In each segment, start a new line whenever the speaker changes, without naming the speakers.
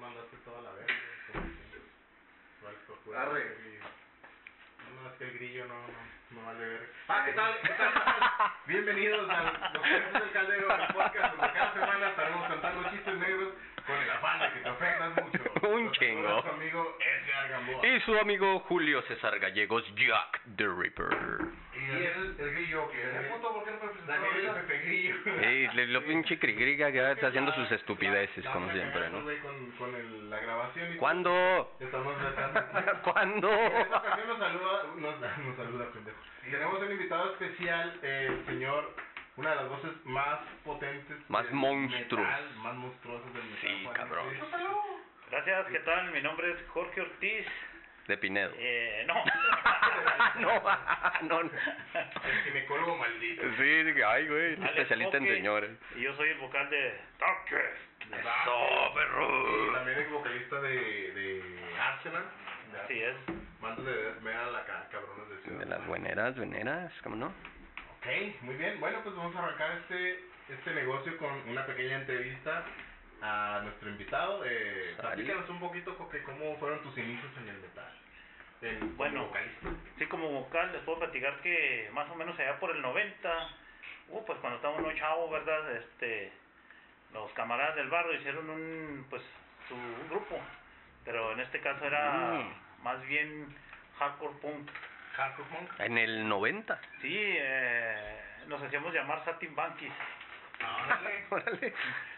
mandaste toda la verga, como siempre. Igual procura.
Arre.
No, es que el grillo no, no, no vale verga.
Ah, ¿qué tal? ¿Qué tal? Bienvenidos a Los Cuentos del Caldero, el podcast donde cada semana estaremos contando chistes negros con el afán de que te ofendas mucho.
Un
Los
chingo.
saluda su amigo Edgar Gamboa.
Y su amigo Julio César Gallegos, Jack the Ripper.
Y el, el grillo que... ¿Qué puto? ¿Por qué no me presentaron
Daniel
ahorita?
Pepe Grillo.
Ey, le- lo pinche griega que está haciendo sus
La-
estupideces,
la-
como
la
siempre,
cagaste,
¿no?
güey, Con, con el, la grabación y
¿Cuándo?
estamos tratando.
¿Cuándo?
En esta ocasión nos saluda, nos, nos saluda, pendejo. Tenemos un invitado especial, eh, el señor, una de las voces más potentes.
Más
del
monstruos.
metal, más monstruosas del metal.
Sí,
Juan,
cabrón.
sí.
Gracias, ¿qué tal? Mi nombre es Jorge Ortiz.
De Pinedo.
Eh, no.
no, no, no.
El ginecólogo maldito.
Sí, dije, ay, güey, el
Alex
especialista en
Hockey,
señores.
Y yo soy el vocal de Toque.
Eso,
Y
perro.
También es vocalista de, de Arsenal. de
Así es.
Bandas de death metal acá, cabrones de ciudad.
De las bueneras, veneras, ¿cómo no?
Ok, muy bien. Bueno, pues vamos a arrancar este, este negocio con una pequeña entrevista a nuestro invitado. Eh,
Sale.
platícanos un poquito co- que cómo fueron tus inicios en el metal. En- como
Bueno.
vocalista.
Sí, como vocal les puedo platicar que más o menos allá por el 90, uh, pues cuando estaba uno chavo, ¿verdad? Este, los camaradas del barrio hicieron un, pues, su, un grupo, pero en este caso era
Mm.
más bien hardcore punk.
Hardcore punk.
En el 90.
Sí, eh, nos hacíamos llamar Satin Banquis.
Ah, Órale.
Órale.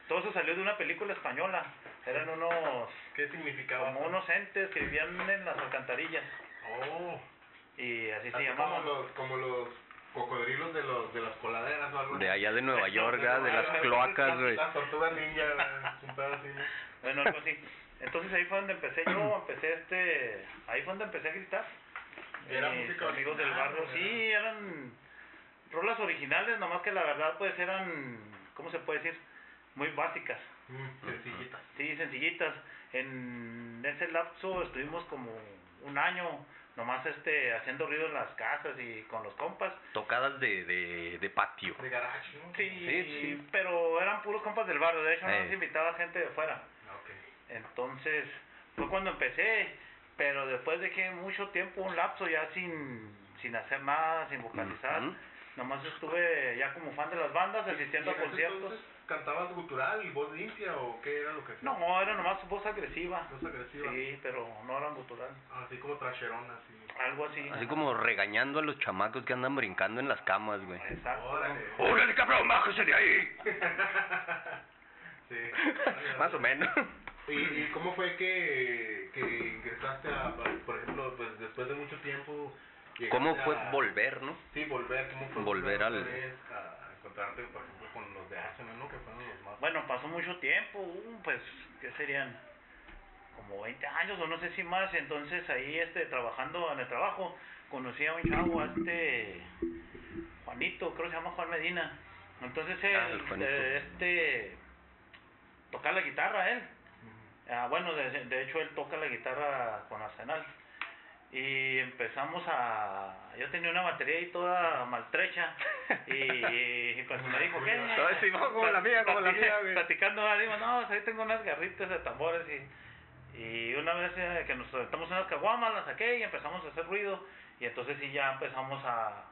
Todo eso salió de una película española. Eran unos
¿Qué significaba?
como unos entes que vivían en las alcantarillas
Oh,
y así se
así como
llamaban.
los, como los cocodrilos de los de las coladeras o algo.
De allá de Nueva York, ah, de las cloacas, güey.
Las tortugas ninja, güey, un pedo así. ¿no?
Bueno, algo así. Entonces ahí fue donde empecé yo, empecé este, ahí fue donde empecé a gritar.
Era
Mis
música
amigos del
original,
barrio,
¿verdad?
sí, eran rolas originales, nomás que la verdad pues eran, ¿cómo se puede decir? Muy básicas,
Mm, Sencillitas.
sí, sencillitas. En ese lapso estuvimos como un año nomás este haciendo ruido en las casas y con los compas.
Tocadas de, de, de patio.
De garage, ¿no?
Sí,
Sí, sí.
pero eran puros compas del barrio, de hecho no
Eh.
nos invitaba gente de fuera.
Ah, ok.
Entonces, fue cuando empecé, pero después de que mucho tiempo, un lapso ya sin, sin hacer nada, sin vocalizar,
Ujú.
nomás estuve ya como fan de las bandas, asistiendo a
¿Y en ese
conciertos.
entonces ¿Cantabas gutural y voz limpia o qué era lo que hacías?
No, era nomás voz agresiva.
Voz agresiva.
Sí, pero no eran gutural,
Así como trasherón, así.
algo así.
Así como regañando a los chamacos que andan brincando en las camas, güey.
Exacto.
Órale.
¡Órale, cabrón, bájese de ahí!
sí.
Más o menos.
¿Y, y cómo fue que, que ingresaste a, por ejemplo, pues después de mucho tiempo... llegaste
¿Cómo fue
a-
volver, no?
Sí, volver. ¿Cómo fue
Volver
otra
al-
vez A encontrarte, por ejemplo, con los de Arsenal, ¿no? Que fueron los más...
Bueno, pasó mucho tiempo, uh, pues, ¿qué serían? Como 20 años o no sé si más. Entonces ahí, este, trabajando en el trabajo, conocí a un chavo, a este, Juanito, creo que se llama Juan Medina. Entonces
Ah,
él,
el Juanito.
eh, este, tocar la guitarra él. Ah, bueno, de, de hecho él toca la guitarra con Arsenal. Y empezamos a... Yo tenía una batería ahí toda maltrecha. Y, y cuando me dijo, ¿qué? eh?"
No, sí, no, como la mía, como la mía, güey.
Platicando, ah, digo, no, ahí tengo unas garritas de tambores y... Y una vez eh, que nos soltamos unas caguamas, las saqué y empezamos a hacer ruido. Y entonces sí ya empezamos a...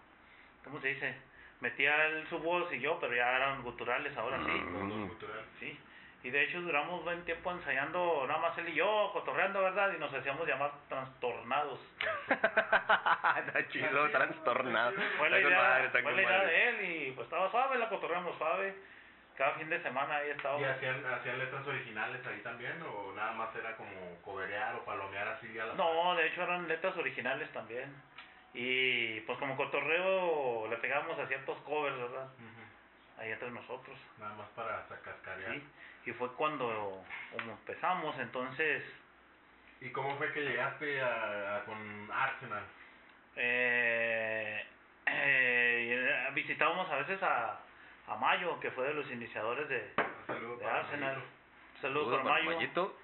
¿Cómo se dice? Metía él su voz y yo, pero ya eran guturales ahora sí.
Mm.
Los gutural.
Sí, y de hecho duramos buen tiempo ensayando, nada más él y yo, cotorreando, ¿verdad? Y nos hacíamos llamar trastornados.
está chido, trastornado.
Fue la
Está con
idea,
madre, está
fue
con
la idea
madre.
de él y pues estaba suave, la cotorreamos suave. Cada fin de semana ahí
¿Y
estábamos.
hacían, hacían letras originales ahí también o nada más era como coberear o palomear así a la
No, de hecho eran letras originales también. Y pues como cotorreo le pegábamos a ciertos covers, ¿verdad?
Ujú.
Ahí entre nosotros.
Nada más para sacascarear.
Sí. Y fue cuando como empezamos, entonces
¿Y cómo fue que llegaste a, a con Arsenal?
eh, eh, visitábamos a veces a, a Mayo, que fue de los iniciadores de,
Un saludo
de
para
Arsenal.
Mayito.
Saludos
Saludos para
para
Mayo.
Mayito.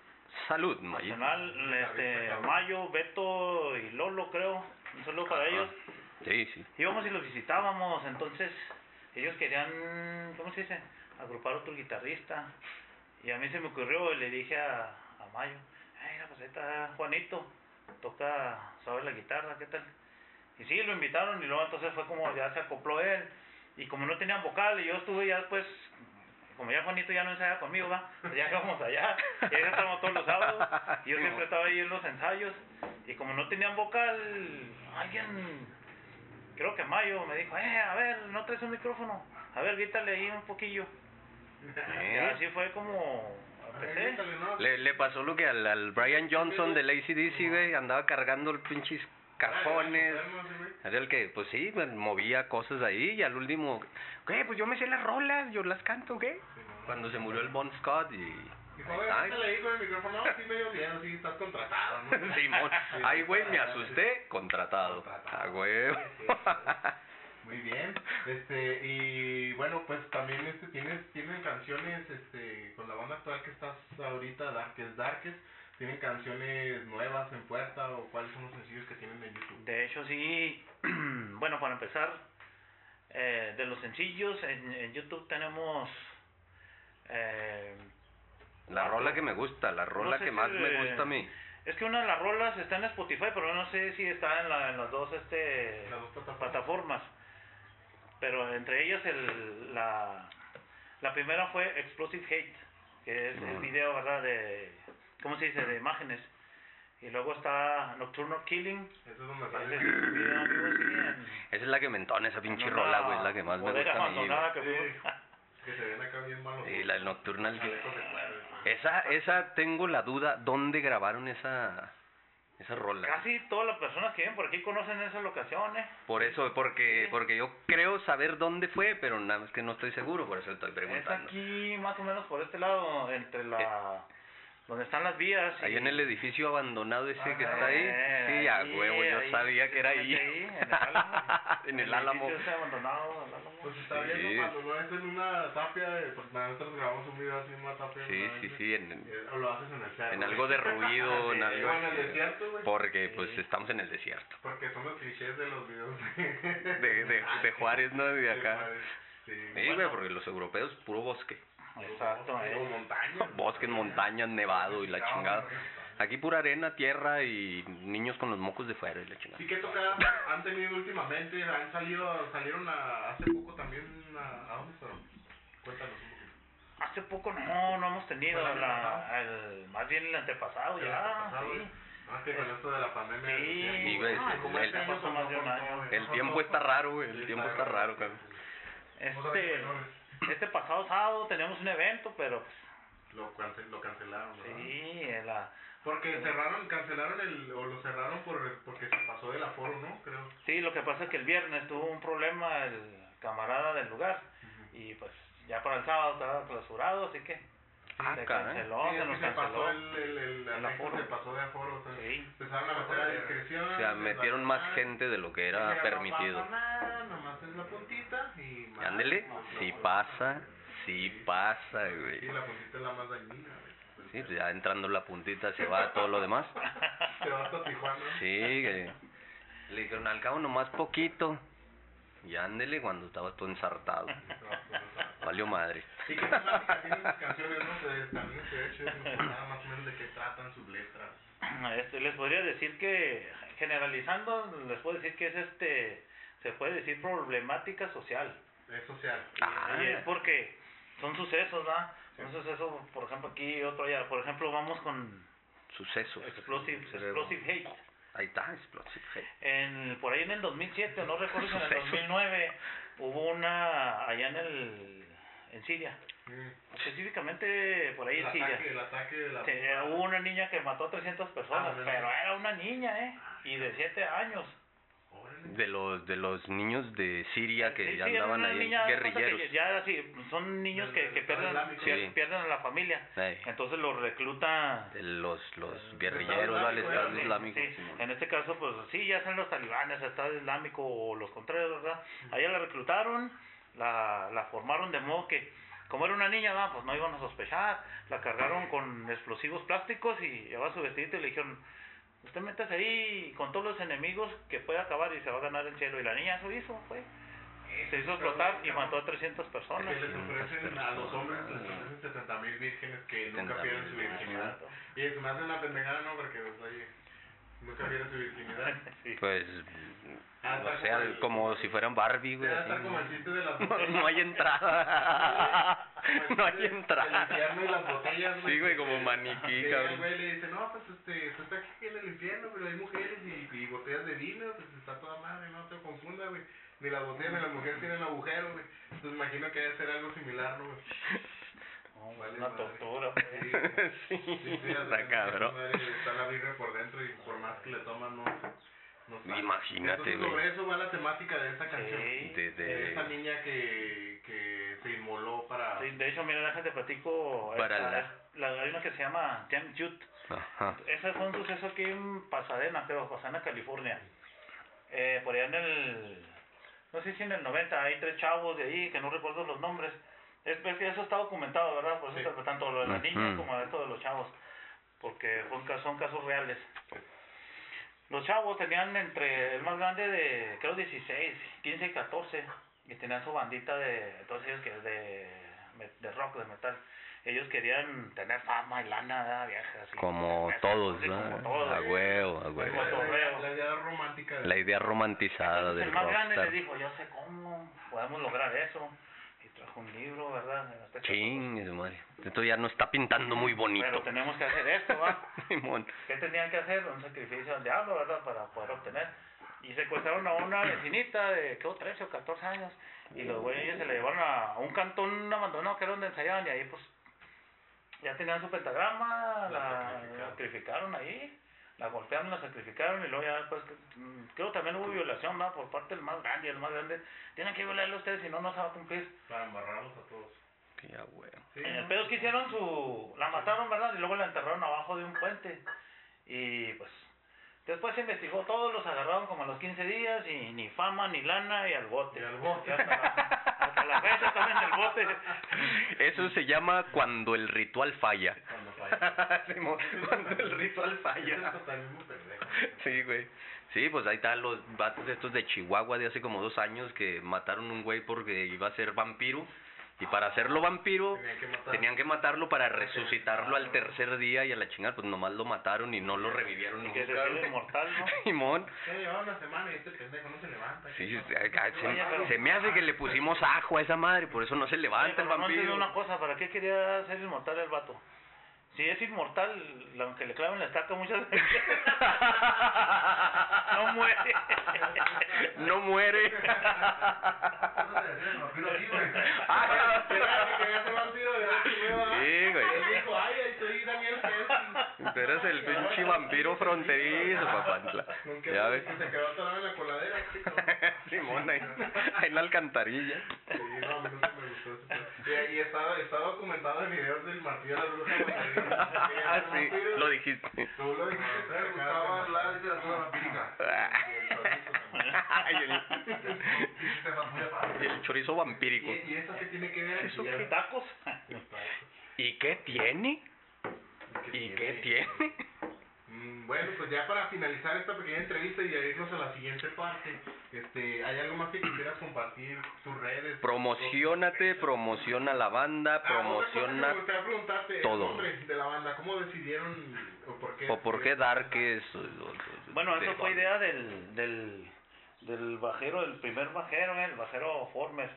Salud, Mayito.
Arsenal,
Ahorita,
este,
cabrón.
Mayo, Beto y Lolo, creo. Un saludo para
Ajá.
ellos.
Sí, sí.
Íbamos y los visitábamos, entonces ellos querían, ¿cómo se dice? Agrupar otro guitarrista. Y a mí se me ocurrió, y le dije a, a Tamayo. Ay, mira, pues ahí está Juanito, toca, sabe la guitarra, ¿qué tal? Y sí, lo invitaron y luego entonces fue como ya se acopló él. Y como no tenían vocal y yo estuve ya después, como ya Juanito ya no ensayaba conmigo, ¿va? Pues ya íbamos allá, y ahí estábamos todos los sábados, y yo siempre estaba ahí en los ensayos. Y como no tenían vocal, alguien, creo que Mayo, me dijo, eh, a ver, no traes un micrófono, a ver, grítale ahí un poquillo. Y
¿Eh?
así fue como empecé.
Cuéntale, ¿no?
Le, le pasó lo que al, al Brian Johnson del ACDC, güey, andaba cargando el pinches cajones. Era el que, pues sí, me movía cosas ahí y al último, ¿qué? Pues yo me sé las rolas, yo las canto, ¿qué? Cuando se murió el Bon Scott y...
Dijo, a ver,
Ay,
cuéntale ahí con el micrófono, no, sí medio bien, sí estás contratado, ¿no?
Simón,
Sí,
ay güey, me
contratado, sí.
asusté, contratado. Ah, güey.
Muy bien, este, y bueno, pues también este, tienes, tienen canciones, este, con la banda actual que estás ahorita, Darkest Darkest, tienen canciones nuevas en puerta o cuáles son los sencillos que tienen en YouTube.
De hecho, sí, bueno, para empezar, eh, de los sencillos, en, en YouTube tenemos... Eh,
La rola que me gusta, la rola
sé
que
si
más
de-
me gusta a mí.
es que una de las rolas está en Spotify, pero no sé si está en, la, en las dos este,
Las dos plataformas.
plataformas. Pero entre ellas, el, la, la primera fue Explosive Hate, que es el
Ujú.
video, ¿verdad? De, ¿Cómo se dice? De imágenes. Y luego está Nocturnal Killing.
Eso es donde
que
sale.
es el video, amigo, sí, en-
Esa es la que me entona, esa pinche
en una
rola, güey, es la que más me
bodega
gusta a mí. güey.
abandonada que fuimos.
Sí. Que se ven acá bien malos. pues,
Sí, la del Nocturnal. que-
Chalecos de cuero, ¿no?
Esa, esa, tengo la duda, ¿dónde grabaron esa, esa rola?
Casi todas las personas que viven por aquí conocen eh. esas locaciones.
Por eso, porque, porque yo creo saber dónde fue, pero nada más que no estoy seguro, por eso estoy
Es
preguntando. Eh.
aquí, más o menos por este lado, entre la. donde están las vías. y-
Ahí en el edificio abandonado ese que
Ah,
está ahí.
eh,
Sí, a
ahí,
huevo, yo
ahí,
sabía que era ahí.
exactamente ahí,
En el Álamo.
edificio ese abandonado, el Álamo.
Pues está bien,
Sí.
¿no? cuando no es en una tapia, de- pues nada, nosotros grabamos un video así en una tapia.
Sí,
una vez,
sí,
¿no?
sí, en,
Eh, O lo haces en el cerro.
en
güey.
algo derruido, en
Sí,
algo
o en el
así,
desierto, güey.
Porque, pues, estamos en el desierto.
Porque son los clichés de los videos
De, de, de Juárez, ¿no? De acá.
Juárez, Sí.
Sí, güey, porque los europeos, puro bosque.
Exacto,
O
eh.
montaña.
Bosque, montañas, nevado y la
No,
chingada.
no,
Aquí pura arena, tierra y niños con los mocos de fuera y la chingada.
Sí que tocadas han tenido últimamente, han salido, salieron a, hace poco también a, a dónde fueron? Cuéntanos un poquito.
Hace poco no, no hemos tenido
Fue el año
la,
pasado.
el, más bien el antepasado
El año
ya,
pasado,
sí.
Ah, que con esto de la pandemia.
Sí,
del tiempo,
y güey,
ah,
el-
como este
el-
año pasó
más de un año.
con-
El tiempo está raro, güey, el tiempo está raro, cabrón.
Vamos a ver
Este,
qué colores.
este pasado sábado teníamos un evento, pero
Lo, cance- lo cancelaron, ¿verdad?
sí, en la,
Porque cerraron, cancelaron el, o lo cerraron por, porque se pasó del aforo, ¿no? Creo.
Sí, lo que pasa es que el viernes tuvo un problema el camarada del lugar y pues ya para el sábado estaba clausurado, así que
Ah,
se
caray.
Sí,
canceló, se
es que
nos
se pasó
canceló.
el, el, el,
El
anexo,
aforo.
se pasó de aforo, o sea,
Sí.
empezaron a meter a discreción.
O sea, metieron más gente de lo que era permitido.
Nomás es la puntita y más.
Ándele, si pasa, si pasa,
Sí,
güey.
la puntita es la más dañina. güey.
Sí, pues ya entrando la puntita se va todo lo demás.
Te vas a Tijuana.
Sí, que le dijeron al cabo nomás poquito. Y ándele cuando estabas todo ensartado. Valió madre.
¿Y qué temática tienen sus canciones, no? Pues, también se ha hecho nada más o menos de qué tratan sus letras.
Este, les podría decir que, generalizando, les puedo decir que es este, se puede decir problemática social.
Es social.
Ah,
Y es porque son sucesos, ¿verdad? Un suceso, por ejemplo, aquí, otro allá. Por ejemplo, vamos con
sucesos.
Explosive,
Creo.
explosive Hate.
Ahí está, Explosive Hate.
en, por ahí en el 2007, no recuerdo si en el
Suceso.
2009, hubo una allá en el en Siria,
Mm.
específicamente por ahí
El
en Siria.
ataque, el ataque de la.
Sí, hubo una niña que mató a 300 personas,
Ah, ¿verdad?
pero era una niña, ¿eh? Y de 7 años.
Órale.
De los, de los niños de Siria que
Sí,
ya
sí, era
andaban
una
ahí,
niña,
guerrilleros.
que Ya, sí, son niños que, que
Del
pierden,
Islámico.
pier-
Sí.
pierden a la familia.
Ey,
Entonces los recluta
de los, los guerrilleros al Estado
Sí,
Islámico.
Sí,
Simón.
En este caso, pues sí, ya son los talibanes, el Estado Islámico o los contrarios, ¿verdad? Allá la reclutaron, la, la formaron de modo que, como era una niña, ¿verdad? pues no iban a sospechar, la cargaron con explosivos plásticos y llevaba su vestidito y le dijeron, usted métase ahí con todos los enemigos que puede acabar y se va a ganar el cielo. Y la niña eso hizo, fue. Se hizo explotar y mató a 300
Que
personas.
les ofrecen a los hombres, les ofrecen 70 mil vírgenes que nunca
70,000
pierden su
vírgenes.
virginidad. Y es más de la pendejada, no, porque, pues, oye, nunca pierden su virginidad.
Sí.
Pues,
Ah, está
o sea,
como el-
como si fueran Barbie, güey.
Ya
así,
está como el chiste de las
No,
botellas.
no hay entrada.
Como
No
el chiste
hay
del infierno y las
entrada.
botellas,
Sí, güey, como maniquí,
Que el
cabrón.
güey le dice, no, pues este, tú estás aquí en el infierno, pero hay mujeres y, y botellas de vino, pues está toda madre, no te confundas, güey. Ni las botellas ni las mujeres tienen agujero, güey. Entonces imagino que debe ser algo similar, ¿no, güey?
No,
Vale,
una
madre.
tortura. pues.
Sí,
Sí,
sí, sí,
está
hacen-
cabrón.
madre, Está la birra por dentro y por más que le toman, no. no sale.
Imagínate,
Entonces, sobre
güey.
eso va la temática de esta canción.
Sí.
De,
De esta
de,
niña que, que se inmoló para.
Sí, de hecho, mira, déjate platico.
Para
esta-
la-
la- hay una que se llama Jam Jute.
ajá.
Ese fue un suceso aquí en Pasadena, creo, Pasadena, California. Eh, por allá en el, no sé si en el 90, hay tres chavos de ahí que no recuerdo los nombres. Es pues que eso está documentado, ¿verdad? Por eso tanto lo de las niñas
Ujú.
como esto de los chavos, porque son, ca- son casos reales. Los chavos tenían entre el más grande de, creo, 16, 15 y 14, y tenían su bandita de, entonces ellos que de, de rock, de metal. Ellos querían tener fama y lana, ¿verdad? viajes. y-
Como
Sí,
todos,
como
¿no?
todos.
A huevo, a
la,
huevo.
Como cotorreo.
idea- la idea romántica de.
La idea romantizada
Entonces,
del
el más grande le
rockstar.
dijo, yo sé cómo podemos lograr eso. Y trajo un libro, ¿verdad? De las tres
Ching, su madre. Esto ya no está pintando muy
cosas.
bonito.
Pero tenemos que hacer esto, ¿va?
Simón.
¿Qué tenían que hacer? Un sacrificio al diablo, ¿verdad? Para poder obtener. Y secuestraron a una vecinita de, creo, 13 o 14 años. Y los güeyes se la llevaron a un cantón abandonado que era donde ensayaban. Y ahí, pues, ya tenían su
La
pentagrama, la, la
sacrificaron.
sacrificaron ahí. La golpearon, la sacrificaron y luego ya, pues, que- mm, creo también hubo violación, ¿verdad? Por parte del más grande y el más grande. Tienen que violarlo ustedes, si no, no se va a cumplir.
Para embarrarlos a todos.
Sí, a huevo.
Sí,
En el
¿no?
pedo es que hicieron su... La mataron, ¿verdad? Y luego la enterraron abajo de un puente. Y pues... Después se investigó todo, los agarraron como a los 15 días y ni fama, ni lana y al bote.
Y al bote.
Y hasta, la, hasta la fecha están en el bote.
Eso se llama cuando el ritual falla.
Cuando falla.
Simón, cuando el ritual
Es el
falla.
totalismo pendejo.
Sí, güey. Sí, pues ahí están los vatos estos de Chihuahua de hace como dos años que mataron un güey porque iba a ser vampiro. Y para hacerlo vampiro,
Tenían que matar.
tenían que matarlo para resucitarlo al tercer día y a la chingada, pues nomás lo mataron y no lo revivieron
Y que se
nunca.
sigue
güey.
inmortal, ¿no?
Simón.
Ya llevaba una semana y este pendejo no se levanta.
Sí,
¿Qué
se,
pasa?
ah, se- se me hace que le pusimos ajo a esa madre, por eso no se
Oye,
levanta el
pero no entiendo
este vampiro.
una cosa, ¿para qué quería ser inmortal el vato? Si es inmortal, aunque le claven la estaca muchas veces... no muere.
No muere.
Vamos a decir, el vampiro aquí, güey.
Ah,
Que ya- que ya se vampiro, ya se me va.
Sí, güey.
Él dijo, ay, ahí soy Daniel Pesci.
Tú eres el pinche vampiro fronterizo, papantla.
Nunca
Ya
vi
ves.
que se quedó atorado en la coladera, chico.
Simón, ahí, ahí en la alcantarilla.
Sí, no, a mí nunca me gustó ese pedo. Y, y está, está documentado en videos del martillo de la bruja. güey.
Ah, sí, lo dijiste.
Tú lo dijiste, me gustaba la literatura vampírica.
Ay, el, y el chorizo vampírico.
¿Y, ¿Y eso qué tiene que ver?
¿Eso
Y ya
qué?
está.
¿Tacos?
¿Y qué tiene? ¿Y qué tiene?
Mm, Bueno, pues ya para finalizar esta pequeña entrevista y ya irnos a la siguiente parte, este, ¿hay algo más que quisieras compartir? Tus redes.
Promocionate, promociona la banda,
Ah, otra cosa que
promociona
me gustaría preguntarte,
todo.
El nombre de la banda, ¿cómo decidieron o por qué?
o por qué Dark es.
Bueno, eso fue idea del, del, del bajero, el primer bajero, el bajero Former,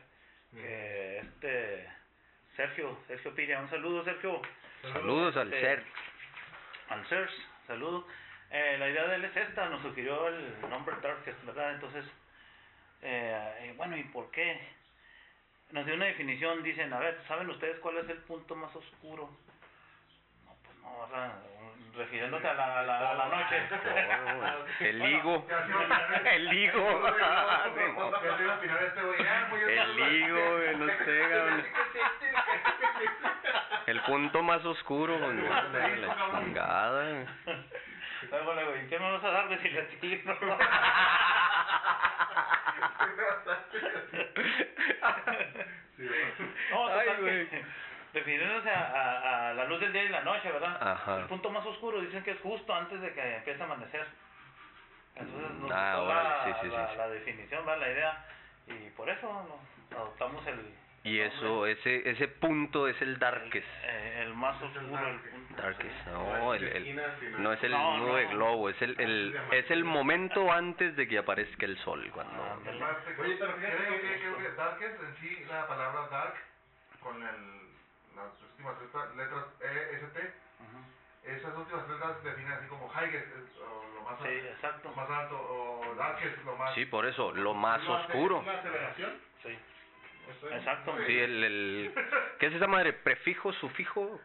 Eh,
que este Sergio, Sergio Piria, un saludo Sergio
Saludos al
Este,
ser.
al Sers, saludo. Eh, la idea de él es esta, nos sugirió el nombre Darkest, ¿verdad? Entonces, eh, eh, bueno, ¿y por qué? Nos dio una definición, dicen, a ver, ¿saben ustedes cuál es el punto más oscuro? No, pues no, ¿verdad? Un- Refiriéndote a la, a la, a la noche.
Oh, el higo. El higo.
Ya te iba a opinar este güey, ah, pues yo
El
solo-
higo, güey, no sé, cabrón. El punto más oscuro, güey. La chingada, güey.
Luego, luego, ¿y qué me vas a dar de si le tiro?
Sí, güey.
No,
Ay,
total
güey.
que, Refiriéndose a, a- a la luz del día y la noche, ¿verdad?
Ajá.
El punto más oscuro dicen que es justo antes de que empiece a amanecer. Entonces,
Mm,
nos
ah,
gustó
órale,
la,
sí, sí, sí,
la-
sí.
la definición, ¿verdad? La idea. Y por eso no, adoptamos el...
Y eso, ese, ese punto es el darkest.
eh, el más oscuro. el punto.
Darkest, no, el, el- no es el
No,
nudo de
no.
globo, es el, el, es el momento antes de que aparezca el sol, cuando...
Ándale.
Oye, pero fíjate
Creo que-
que-
creo que Dark es en sí la palabra dark con el, las últimas tres pa- letras E, S, T.
Ujú.
Esas últimas tres letras definen así como highest, es, o lo más,
Sí,
al-
exacto.
lo más alto, o darkest, lo más.
Sí, por eso, lo más
¿no hace-
oscuro.
¿Es una aceleración?
Sí,
Estoy-
exacto.
Sí, el, el... ¿Qué es esa madre? ¿Prefijo, sufijo?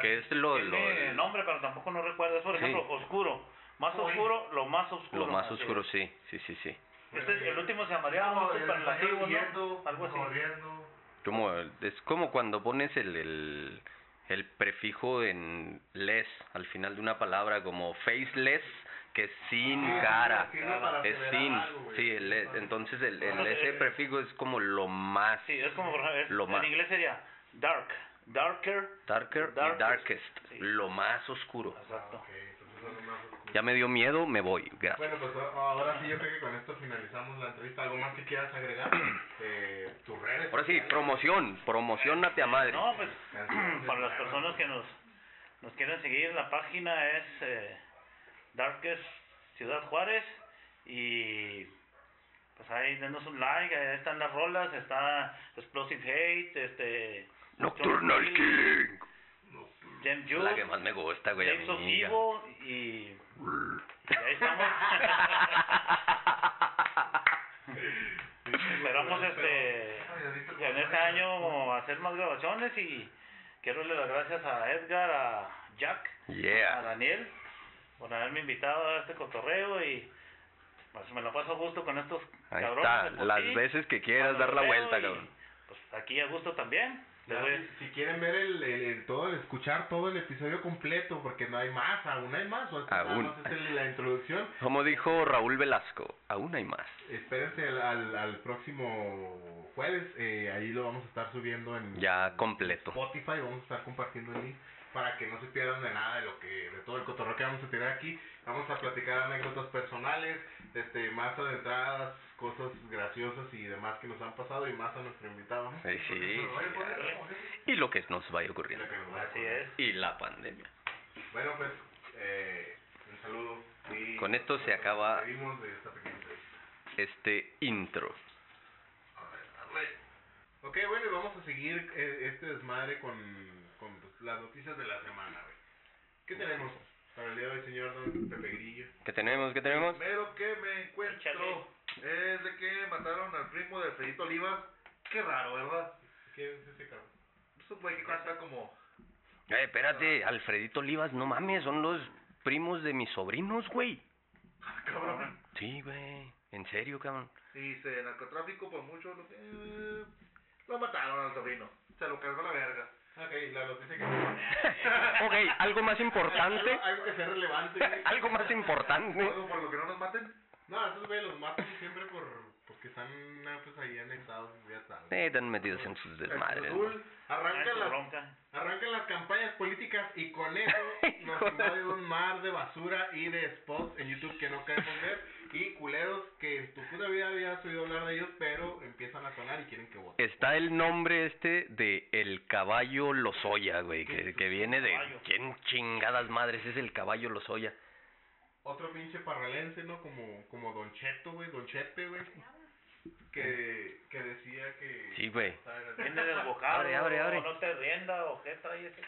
Que es lo, Oh, lo,
Tiene nombre, pero tampoco no recuerdo. Es, por
Sí.
ejemplo, oscuro. Más oscuro, lo más oscuro.
lo más
así es.
oscuro, sí, sí, sí, sí.
Este es- el último se
Es
llamaría
como
un
el español
superlativo,
huyendo,
¿no? Algo así.
corriendo.
Como, es como cuando pones el, el, el prefijo en less al final de una palabra, como faceless, que es sin
Ah,
cara,
sirve para
es
acelerar
sin.
algo, güey.
sí, el less. Entonces el, el
Ah,
ese
eh.
prefijo es como lo más
Sí, es como por ejemplo, es-
Lo más.
en inglés sería dark, darker.
darker y
Darkest,
darkest,
sí.
lo más oscuro.
Exacto.
Ok, entonces son más oscuros.
Ya me dio miedo, me voy. Gracias.
Bueno, pues a- ahora sí, yo creo que con esto finalizamos la entrevista. ¿Algo más que quieras agregar? Eh, tus redes.
Ahora sí, promoción, promociónate a madre.
No, pues para las personas que nos nos quieren seguir, la página es eh, Darkest Ciudad Juárez y pues ahí denos un like, ahí están las rolas, está Explosive Hate, este
Nocturnal
John
Killing.
Jem
La que
Juice,
más me gusta, güey.
James of
amiga.
Evil y y ahí estamos. Esperamos este en este año hacer más grabaciones y quiero darle las gracias a Edgar, a Jack, a
Yeah.
Daniel por haberme invitado a este cotorreo y pues me la paso a gusto con estos
Ahí
cabrones.
está,
de por
las
sí,
veces que quieras
cuando
dar la
los veo
vuelta,
y,
cabrón.
Pues aquí a gusto también. Les
Ya,
voy a-
pues,
si, si quieren ver el, el- el- todo, el, escuchar todo el episodio completo, porque no hay más, aún hay más. o sea, nada
Aún.
más es el- la introducción.
Como dijo Raúl Velasco, aún hay más.
Espérense al, al, al próximo jueves. eh, ahí lo vamos a estar subiendo en
Ya completo.
Spotify. Vamos a estar compartiendo el link para que no se pierdan de nada de lo que de todo el cotorreo que vamos a tirar aquí. Vamos a platicar anécdotas personales, este, más adentradas, cosas graciosas y demás que nos han pasado y más a nuestro invitado. ¿no?
Sí, sí, sí, ya. Y lo que nos vaya ocurriendo.
Lo que nos va a
Así
poner.
es.
Y la pandemia.
Bueno, pues, eh, un saludo. y-
Con esto se acaba-
Despedimos de esta pequeña entrevista.
Este intro.
Arre, arre. Ok, bueno, y vamos a seguir eh, este desmadre con, con pues, las noticias de la semana, güey. ¿Qué tenemos para el día de hoy, señor don Pepe Grillo?
¿Qué tenemos? ¿Qué tenemos?
Primero que me encuentro es de que mataron al primo de Fredito Olivas. Qué raro, ¿verdad?
¿Qué es este cabrón?
Es un güey que canta como.
Eh, espérate, Alfredito Olivas, no mames, son los primos de mis sobrinos, güey.
ah, Cabrón.
Sí, güey. En serio, cabrón.
Y dice narcotráfico por mucho. Lo, que- lo mataron al sobrino. Se lo cargó la verga.
Ok, la noticia que tenemos.
Ok, algo más importante.
Algo, algo que sea relevante. güey.
Algo más importante.
Algo por lo que no nos maten.
No, esos güeyes los matan siempre por porque están ah, pues, ahí anexados, ya sabes.
Eh, están metidos en sus
El
desmadres.
Cruz
¿no?
Azul arranca
Ay, tu
las
bronca.
Arrancan las campañas políticas y con eso nos
Con
invade
eso.
un mar de basura y de spots en YouTube que no queremos ver y culeros que en tu puta vida habías oído hablar de ellos, pero empiezan a sonar y quieren que voten.
Está el nombre este de El Caballo Lozoya, güey, que, que viene de...
Caballo.
¿Quién chingadas madres es El Caballo Lozoya?
Otro pinche parralense, ¿no? Como, como Don Cheto, güey, Don Chepe, güey. Que, que decía que...
Sí, güey.
Viene desbocado.
Abre, abre, abre.
o No te rienda o qué trae ese.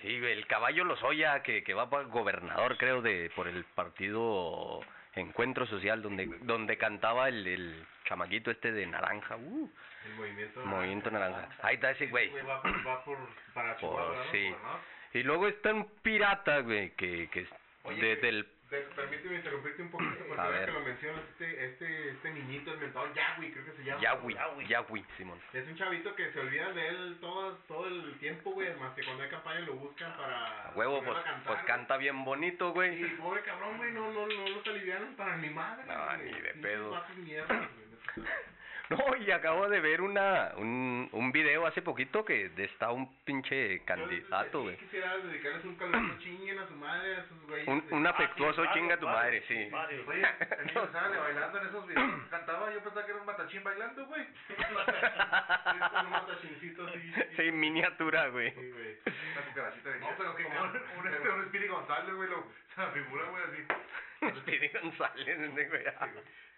Sí, güey, El Caballo Lozoya, que, que va para gobernador, creo, de por el partido Encuentro Social, donde donde cantaba el, el chamaquito este de naranja, uh,
El movimiento...
Movimiento Naranja. Ahí está ese güey.
Güey, Va, por- va por... Para Chihuahua, ¿no?
sí.
Por, ¿no?
Y luego está un pirata, güey, que, que es
Oye,
de-
güey.
del
Te- Permíteme interrumpirte un poquito porque
A
ahora
ver.
que lo mencionas, este, este, este niñito, el mentado Yahweh, creo que se llama.
Yahweh,
Yahweh.
Yahweh, Simón.
Es un chavito que se olvida de él todo, todo el tiempo, güey. Más que cuando hay campaña lo buscan para.
A huevo, pues,
ponerlo a cantar,
pues
güey.
canta bien bonito,
Y
güey.
pobre cabrón, güey, no, no, no los aliviaron para ni madre.
No,
güey.
ni de
Pinches
pedo.
vatos mierdas, güey, neta.
No, y acabo de ver una un, un video hace poquito que está un pinche candidato, güey.
Sí, quisiera dedicarles un calor chinguen a su madre, a sus güeyes.
Un,
de-
un afectuoso
varios,
chinga a tu madre,
varios,
sí.
varios.
Oye, a mí me usaban de bailando en esos videos. Cantaba, yo pensaba que era un matachín bailando, güey.
Es un matachincito así.
Sí, miniatura, güey.
Sí, güey.
Una cucarachita de
No, pero qué
como un,
cabrón.
un, este, un Speedy González, güey, lo, se me figura, güey, así.
Speedy González, güey.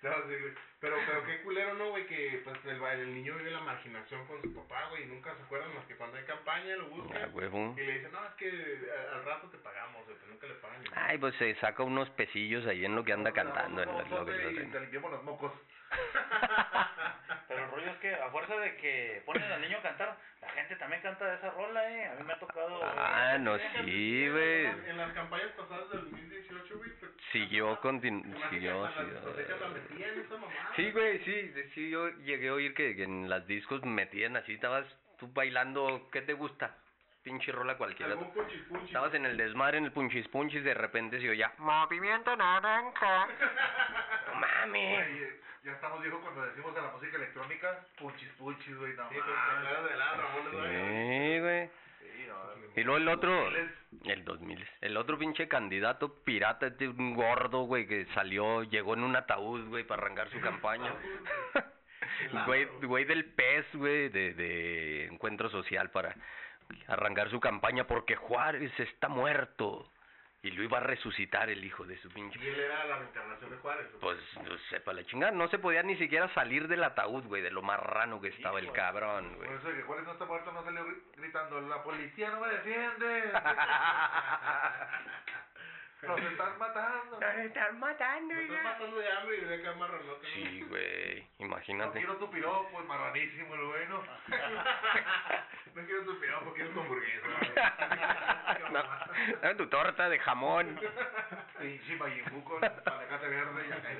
No, sí, güey. Pero, pero qué culero, ¿no, güey? Que pues el, ba- el niño vive la marginación con su papá, güey, y nunca se acuerdan más que cuando hay campaña lo
Ah,
buscan.
huevo.
Y le dicen, no, es que eh, al rato te pagamos, güey, pero nunca le pagan. güey.
Ay, pues se saca unos pesillos ahí en lo que anda cantando. En lo,
Vamos,
lo que-
vamos,
lo
y
que-
Te limpiamos los mocos.
Pero el rollo es que a fuerza de que ponen al niño a cantar, la gente también canta esa rola, eh. A mí me ha tocado.
Ah, no,
Fíjate,
sí,
En
güey.
las, en las campañas pasadas del 2018, güey. fue-
Siguió, continu
Imagínate,
siguió, eh.
hasta las discotecas la
siguió.
metían esa mamada.
Sí, güey, sí, de- sí, yo llegué a oír que, que en las discos metían así, estabas tú bailando, ¿qué te gusta? Pinche rola cualquiera.
Algún punchipunchi.
Estabas en el desmadre, en el punchis punchis, de repente se oía, movimiento naranja. No mames.
Güey, eh, ya estamos viejos cuando decimos a la música electrónica, punchis punchis, güey, no
Sí, pues, con
mames.
teclado de lado, Ramones, güey.
Sí, güey.
Sí, no,
Y luego el otro,
2000s.
el 2000, el otro pinche candidato pirata, este, un gordo, güey, que salió, llegó en un ataúd, güey, para arrancar su campaña. Güey, güey del PES, güey, de, de Encuentro Social para arrancar su campaña porque Juárez está muerto y lo iba a resucitar el hijo de su pinche.
Y él era la reencarnación de Juárez. güey.
Pues, no sepa la chingada, no se podía ni siquiera salir del ataúd, güey, de lo marrano que estaba el cabrón, güey.
Por eso de que Juárez no está muerto no salió gri- gritando, la policía no me defiende. Nos están matando.
están matando,
Me estás matando de hambre y de acá marranote. ¿no?
Sí, güey,
No
imagínate.
quiero tu piropo, el marranísimo, el bueno.
No quiero tu piropo, quiero tu hamburguesa.
No, dame tu torta de jamón.
Pinche Mayimbu con palacate verde y ya cae.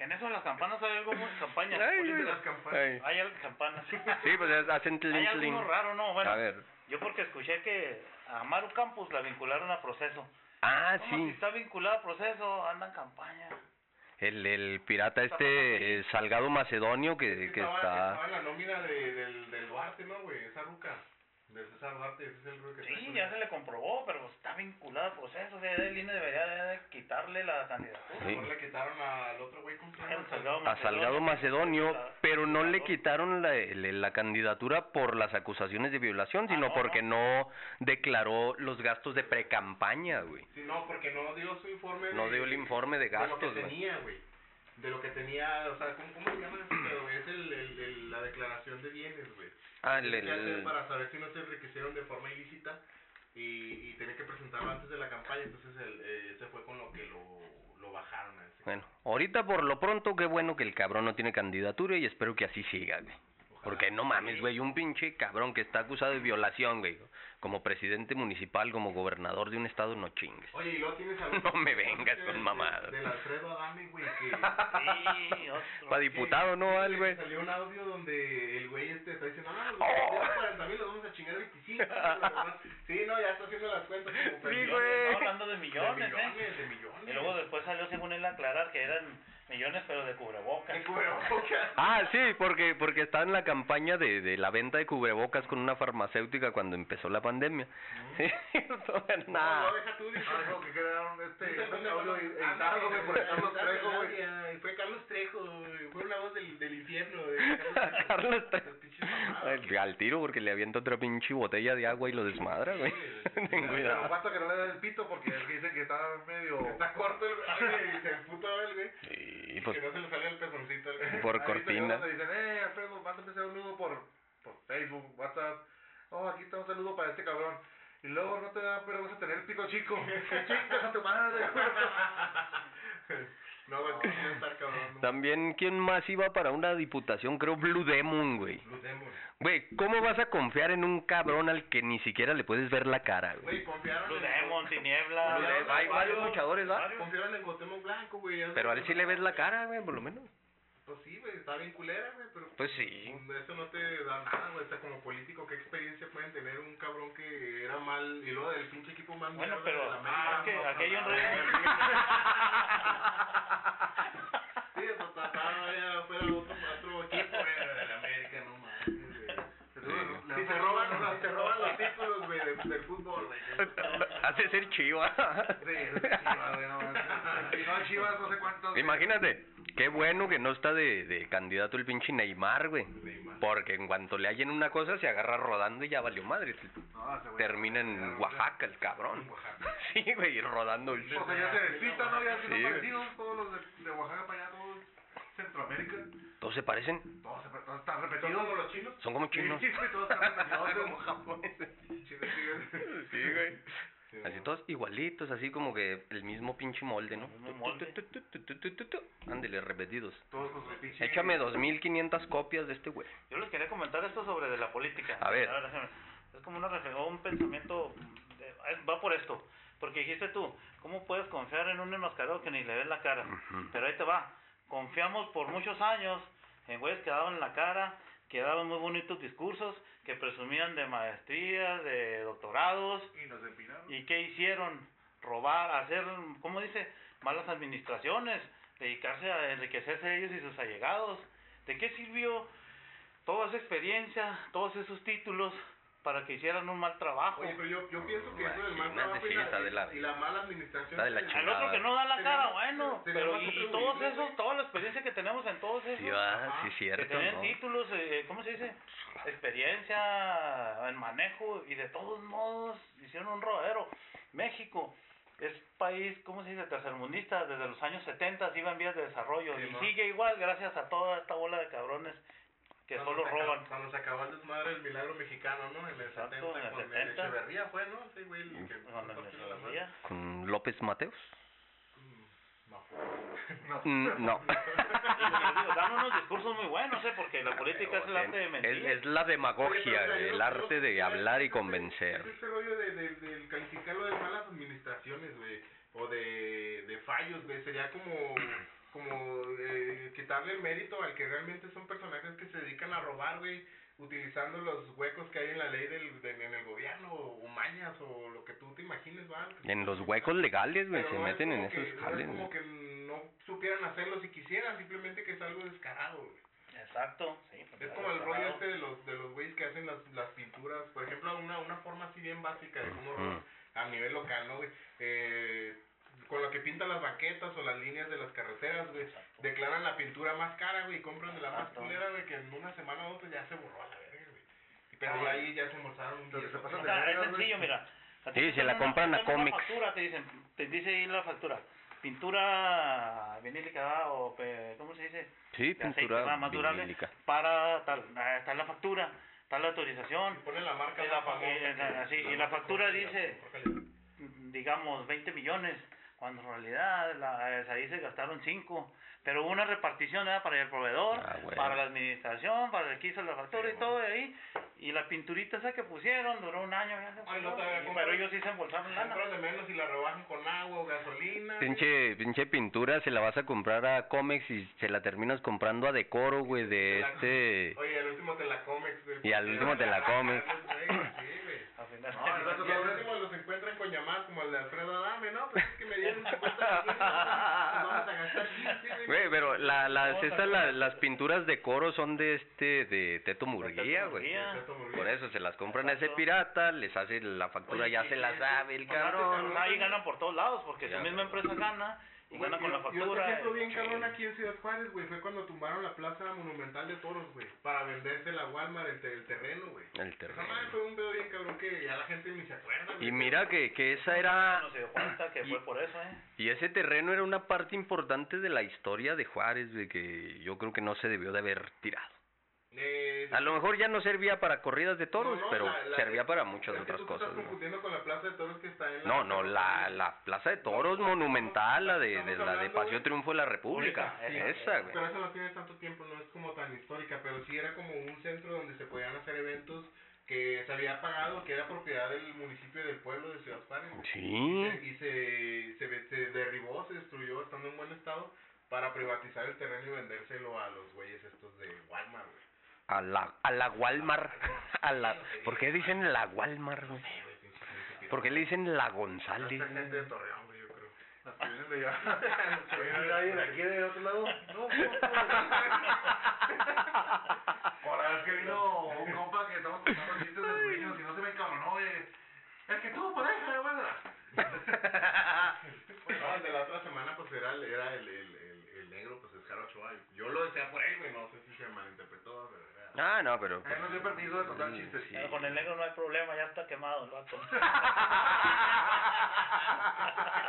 En eso de las campanas hay algo muy campañas.
Ay,
oye,
güey.
las campanas.
Hay algo campanas.
Sí, pues es- hacen
Hay
tling,
algo
tling.
raro, ¿no? Bueno,
A ver.
yo porque escuché que a Maru Campos la vincularon a proceso.
Ah,
¿Cómo si
sí.
está vinculada a proceso? Anda en campaña.
El, el pirata este, eh, Salgado Macedonio, que, que
estaba,
está...
estaba en la nómina de, del, del Duarte, ¿no, güey? Esa ruca. De César Duarte, ese es el ruca que
Sí,
está-
ya se le comprobó, pero está vinculada a proceso. O sea, el INE debería de quitarle la candidatura.
Sí.
Mejor le quitaron al otro güey. ¿Cómo se llama?
El Salgado
A Salgado Macedonio, pero no le
quitaron
quitaron la, el- la candidatura por las acusaciones de violación,
Ah,
sino
no,
porque no declaró los gastos de precampaña, güey.
Sí, no, porque no dio su informe.
No
de-
dio el informe de
De lo que
gastos, güey.
tenía, güey. De lo que tenía, o sea, ¿cómo, cómo se llama ese pedo, güey? Es el, el, el- la declaración de bienes, güey.
Ah, el-
Tiene que hacer
el-
para saber si no se enriquecieron de forma ilícita y, y tenía que presentarlo antes de la campaña, entonces el, eh, se fue con lo que lo, lo bajaron. a ese.
Bueno, ahorita por lo pronto, qué bueno que el cabrón no tiene candidatura y espero que así siga, güey. Porque no mames, güey, un pinche cabrón que está acusado de violación, güey. Como presidente municipal, como gobernador de un estado, no chingues.
Oye, y luego tienes al
No me vengas con
del-
mamadas.
Del Alfredo Adame, güey, que...
Sí, otro.
Para diputado, ¿no? Al,
que
güey.
Salió un audio donde el güey este está diciendo, no, los
Oh.
40 mil los vamos a chingar 25. y los demás- sí, no, ya está haciendo las cuentas como
Sí,
pendejo.
güey.
Estaba hablando de millones,
de
¿eh?
millones, de millones.
Y luego después salió, según él, a aclarar que eran millones, pero de cubrebocas.
De cubrebocas.
Ah, sí, porque porque estaba en la campaña de, de la venta de cubrebocas con una farmacéutica cuando empezó la pandemia. Sí, entonces,
No,
nah.
no, deja tú, dice.
Ah, dijo que crearon
Dice,
este un
¿dónde
audio
vamos?
editado, güey, por Carlos
Ándale,
Trejo, güey.
ándale, Fue Carlos Trejo, güey, fue una voz del, del infierno. de
Carlos
Carlos
Trejo.
Trejo. Pinches mamadas.
Ay, Al tiro porque le avienta otra pinche botella de agua y lo desmadra, güey. Ten
Pero
cuidado.
basta que no le den el pito porque el que dice que está medio...
Está corto el güey, y se emputó el güey.
Sí,
Y
pues
que no se le sale el pezoncito al güey.
Por
Ahí te
cortina.
llaman, Te dicen, eh, Alfredo, mándame un saludo por, por Facebook, WhatsApp. Oh, aquí está un saludo para este cabrón. Y luego no te dan, pero vas a tener pico chico. Chingas a tu madre.
No, güey, que iba a estar cabrón.
También, ¿quién más iba para una diputación? Creo Blue Demon, güey.
Blue Demon.
Güey, ¿cómo vas a confiar en un cabrón al que ni siquiera le puedes ver la cara,
Güey,
güey?
confiaron
Blue
en-
Demon, Tiniebla.
Blue Demon.
Hay varios luchadores, ¿va?
varios.
Confiaron en Gotemo Blanco, güey.
Pero a él sí le ves la cara, güey, por lo menos.
Pues sí, güey, está bien culera, güey, pero...
Pues sí.
Eso no te da nada, güey. O sea, como político, ¿qué experiencia pueden tener un cabrón que era mal? Y luego del pinche equipo grupo más
Bueno,
mierda de
pero
la
ah,
América.
es que
No,
aquí hay un
no,
rey.
no, no, no. Sí,
pues,
eso pasaba ya fuera otro, otro equipo, era del América, no mames, güey.
Sí.
Si te roban, o sea, te roban los títulos, güey, de- del fútbol, güey.
Hace ser chiva.
Sí, es de Chivas, güey, no mames. Si no, Chivas, no sé cuántos.
Imagínate, qué bueno que no está de, de candidato el pinche Neymar, güey. Porque en cuanto le hallen una cosa, se agarra rodando y ya valió madre.
No, ese güey.
Termina en Oaxaca el cabrón. Sí, güey, rodando. el-
O sea, ya se despistan, ¿no? Ya se
Sí,
son
güey.
parecidos todos los de, de Oaxaca para allá, todos Centroamérica.
Todos se parecen,
Todos, se- todos están
¿Son
repetidos.
como los chinos?
son como chinos.
Sí, güey, todos están repetidos.
Como
güey.
japoneses.
Chinos, sí, güey.
Sí, güey. Así todos igualitos, así como que el mismo pinche molde, ¿no?
El mismo molde.
Tu, tu, tu, tu, tu, tu, tu, tu. Ándele, repetidos.
Todos con su pinche.
Échame 2500 copias de este güey.
Yo les quería comentar esto sobre de la política.
A ver.
Ahora sí, Es como una refe- o un pensamiento, eh, va por esto. Porque dijiste tú, ¿cómo puedes confiar en un enmascarado que ni le ves la cara?
Ujú.
Pero ahí te va. Confiamos por muchos años en güeyes que daban la cara, que daban muy bonitos discursos, que presumían de maestrías, de doctorados.
Y nos empinaron.
¿Y qué hicieron? Robar, hacer, ¿cómo dice? Malas administraciones, dedicarse a enriquecerse ellos y sus allegados. ¿De qué sirvió toda esa experiencia, todos esos títulos para que hicieran un mal trabajo?
Oye, pero yo, yo pienso que eso del mal
Imagínate,
trabajo y
sí, está de
la,
la-
y la mala administración.
está de la
que-
Al
chingada.
otro que no da la cara,
Teníamos-
bueno,
teníamos
pero y,
otro
y todos
grupo,
esos,
güey.
toda la experiencia que tenemos en todos esos,
Sí, va, sí,
que
cierto,
tenían
¿no?
títulos, eh, ¿cómo se dice? Experiencia en manejo y de todos modos hicieron un rodero. México es país, ¿cómo se dice? Tercermundista, desde los años 70 iba en vías de desarrollo
Sí,
y
ma.
sigue igual gracias a toda esta bola de cabrones que
Cuando
solo
se acabó-
roban.
Cuando se acabó el desmadre del milagro mexicano, ¿no? En el
Exacto,
70,
en el
con el
70.
Echeverría fue, ¿no? Sí, güey, el que
Con la
partió la madre.
metodología.
¿Con López Mateos?
No.
Mm, no.
Y, y digo, dan unos discursos muy buenos, ¿eh? Porque la política es el arte de mentir.
Es, es la demagogia,
Oye, pero, o sea, yo
el
no-
arte de
no-
hablar y
ese-
convencer.
ese Es el rollo de, de, del calificarlo de malas administraciones, güey, o de, de fallos, güey, sería como, como eh, quitarle el mérito al que realmente son personajes que se dedican a robar, güey, utilizando los huecos que hay en la ley del, del- en el gobierno, o mañas, o lo que tú te imagines, va.
En los huecos legales, güey,
Pero
se
no es
meten en
como que-
esos
No es
jales.
como
güey.
que no supieran hacerlo si quisieran, simplemente que es algo descarado, güey.
Exacto, sí. pues,
Es como el rollo este de los, de los güeyes que hacen las, las pinturas, por ejemplo, una, una forma así bien básica de cómo
Mm.
robar a nivel local, ¿no, güey? Eh, con lo que pintan las banquetas o las líneas de las carreteras, güey, declaran la pintura más cara, güey, y compran de la más
Exacto.
culera, güey, que en una semana o otra ya se borró a la verga, güey. Y Pero
Ah,
ya
bueno.
ahí ya se almorzaron un
Pero se
billete.
pasan
O
de-
Ah,
sea, es
veras,
sencillo,
güey.
mira. A ti
Sí,
te
se la
mandan
compran
una-
a
te mandan una
Comex.
factura, te dicen, te dice ahí la factura. Pintura vinílica o pe- ¿cómo se dice?
Sí,
De aceite, ¿verdad?
pintura
más durable
vinílica.
para tal, ah, está la factura, está la autorización.
Y ponen la marca
Y la
más famosa
fa- y la-
que-
así, y la
marca
factura
mejor
dice-
calidad, mejor calidad.
digamos, 20 millones, cuando en realidad la- eh, ahí se gastaron 5. Pero hubo una repartición ¿verdad? para el proveedor,
Ah, güey.
para la administración, para el que hizo la factura y todo de ahí. Y la pinturita esa que pusieron duró un año. ya se
Ay, no te
fue,
había
y-
comprado.
pero ellos sí se embolsaron lana.
Compran de menos y la rebajan con agua o gasolina. güey.
Pinche, pinche pintura se la vas a comprar a Comex y se la terminas comprando a Decoro, güey, de
la-
este...
Oye, al último te la comes, güey.
Y al último te la comes.
Sí, güey.
Al final,
No, no,
Y al último los encuentran con llamadas como el de Alfredo Adame, ¿no? Pues es que me dieron 50 millones, Pues vamos a gastar 15, güey.
Güey, pero la, las,
Vamos a
estas, la-
comprar-
las pinturas de coro son de este, de Teto Murguía, güey.
Murguía.
Por eso se las compran a ese
Exacto.
pirata, les hace la factura,
Oye,
ya
y-
se la
y-
sabe el
pues, antes,
cabrón.
cabrón,
ahí ganan por todos lados, porque
Ya,
su misma
güey.
empresa gana y gana con la
Yo otro
factura.
ejemplo bien
y-
cabrón aquí en Ciudad Juárez, güey, fue cuando tumbaron la plaza monumental de toros, güey, para venderse la Walmart, el, te- el terreno, güey.
El
Esa
terreno.
madre fue un pedo bien cabrón que ya la gente ni se acuerda, güey.
Y mira que, que esa era...
No se dio cuenta que
y-
fue por eso, ¿eh?
Y ese terreno era una parte importante de la historia de Juárez, güey, que yo creo que no se debió de haber tirado.
Eh,
A lo mejor ya no servía para corridas de toros,
no, no,
pero
la- la-
servía para
es
muchas
que
otras
tú te
cosas.
Estás
¿no?
confundiendo con la plaza de toros que está en la.
No, no, la, la plaza de toros monumental, la de, de la de Paseo Triunfo de la República,
Esa,
esa, güey.
Pero esa no tiene tanto tiempo, no es como tan histórica, pero sí era como un centro donde se podían hacer eventos que se había pagado, que era propiedad del municipio del pueblo de Ciudad Juárez.
Sí,
Y se, se, ve- se derribó, se destruyó, estando en buen estado, para privatizar el terreno y vendérselo a los güeyes estos de Walmart, güey.
a la, a la Walmart, a la, ¿por qué dicen la Walmart, güey?
Eh, güey, pinche gente pirata.
¿Por qué le dicen la González?
Esta gente de Torreón, güey, yo creo. Las que vienen de allá. Las que vienen de ahí, de aquí, de otro lado. No, no, Por la vez que vino un compa que estamos contando chistes de los niños y no se me encabronó, eh. Es que tuvo pareja,
Pues, no, el de la otra semana, pues era, el- era el, el, el, el negro, pues es Jaro Ochoa. Yo lo decía por él, güey, no sé si se malinterpretó, pero era.
Ah, no, pero...
A él nos dio permiso de contar chistes.
Sí.
Pero Con el negro no hay problema, ya está quemado el vato.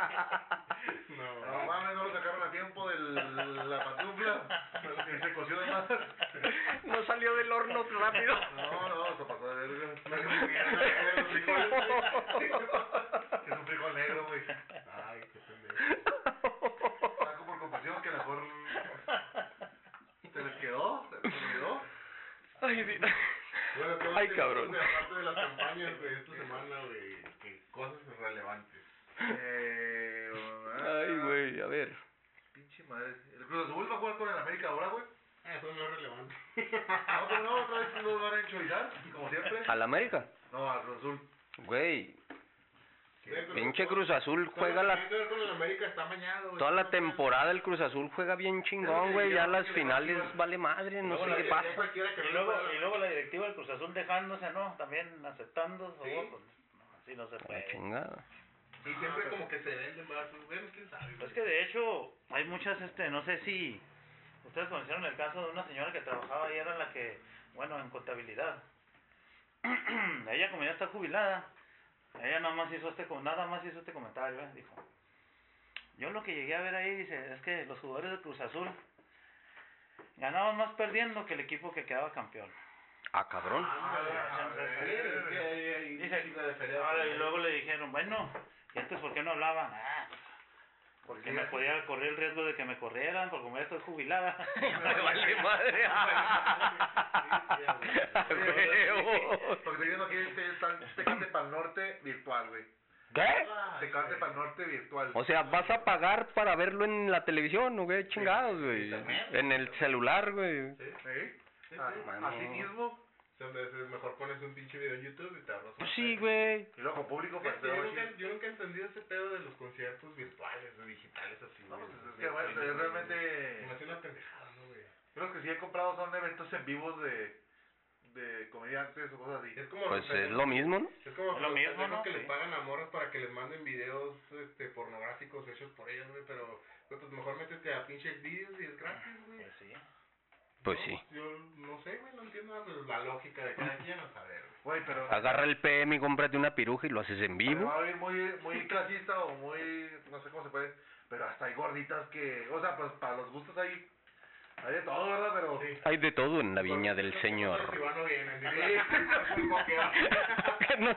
No,
No mames, no lo sacaron a tiempo de la pantufla. Se coció de más.
No salió del horno rápido.
No, no, se pasó de verga.
Es un frijol, güey.
Es un frijol negro, güey.
Ay, qué pendejo.
Saco por compasión que a lo mejor se les quedó, se les olvidó.
Ay, di-
Bueno, todo
Ay,
este-
cabrón.
de Aparte de las campañas, güey, esta semana, güey, que cosas relevantes.
Eh,
Ay, güey, a ver.
Pinche madre. El Cruz Azul va a jugar con el América ahora, güey.
Ah, Eso no es relevante.
No, pero no, otra vez lo van a enchoizar, como siempre.
¿Al América?
No, al Cruz Azul.
Güey,
Sí, pero-
pinche Cruz Azul juega
Todo lo que tiene
la...
que ver con el América está mañado, güey.
Toda la temporada el Cruz Azul juega bien chingón, güey. Ya las finales vale madre, no sé qué
Ya
pasa.
cualquiera que
y,
no
luego,
pueda-
y luego la directiva del Cruz Azul dejándose, ¿no? También aceptando. ¿Sí?
Sí.
así no se
La
puede.
chingada.
Y siempre como que se venden más, pues, bueno, quién sabe. güey.
Es que de hecho hay muchas, este, no sé si ustedes conocieron el caso de una señora que trabajaba y era la que, bueno, en contabilidad. ella como ya está jubilada, ella nada más hizo este, com- nada más hizo este comentario, ¿eh? dijo. Yo lo que llegué a ver ahí dice es que los jugadores de Cruz Azul ganaban más perdiendo que el equipo que quedaba campeón.
Ah, cabrón.
Ah,
Sí, sí, ahí hay un
Dice,
chingo de feria.
ahora, y luego le dijeron, bueno, ¿y antes por qué no hablaban? Ah, porque me podía correr el riesgo de que me corrieran, porque como ya estoy jubilada.
Me vale madre. A huevo.
Porque estoy viendo aquí que está Tecate para el norte virtual, güey.
¿Qué?
Ah,
Tecate para el norte virtual.
O sea, ¿vas a pagar para verlo en la televisión o qué chingados, güey? En el celular, güey.
¿Eh?
Sí,
Ah,
sí.
Así mismo.
O sea, es- es mejor pones un pinche video en YouTube y te ahorras.
Pues
una
sí,
feria.
güey.
Y luego público pues,
Es
para
que Yo nunca, yo nunca he entendido ese pedo de los conciertos virtuales, de digitales así,
No,
güey.
pues es que, bueno, yo realmente-
Me hace una pendejada, ¿no, güey?
Yo los que sí he comprado son eventos en vivos de, de comediantes o cosas así.
Es como
Pues
los
es
pendejos-
lo mismo, ¿no?
es como
es lo
los
mismo,
pendejos
¿no?
que
Sí.
les pagan a morras para que les manden videos este, pornográficos hechos por ellas, güey, pero güey, pues mejor métete a pinche videos y es gratis, güey.
Pues sí.
Pues
No,
sí.
Yo no sé, güey, no entiendo pues, la lógica de cada quien a saber, güey.
Güey, pero...
Agarra el PM y cómprate una piruja y lo haces en
pero
vivo.
Va a haber muy, muy clasista o muy... No sé cómo se puede... Pero hasta hay gorditas que... O sea, pues para los gustos hay... Hay de todo, ¿verdad? Pero...
Sí.
Hay de todo en la viña del
Si
señor.
van, no vienen,
Sí.
diría. Como que va.
Que no-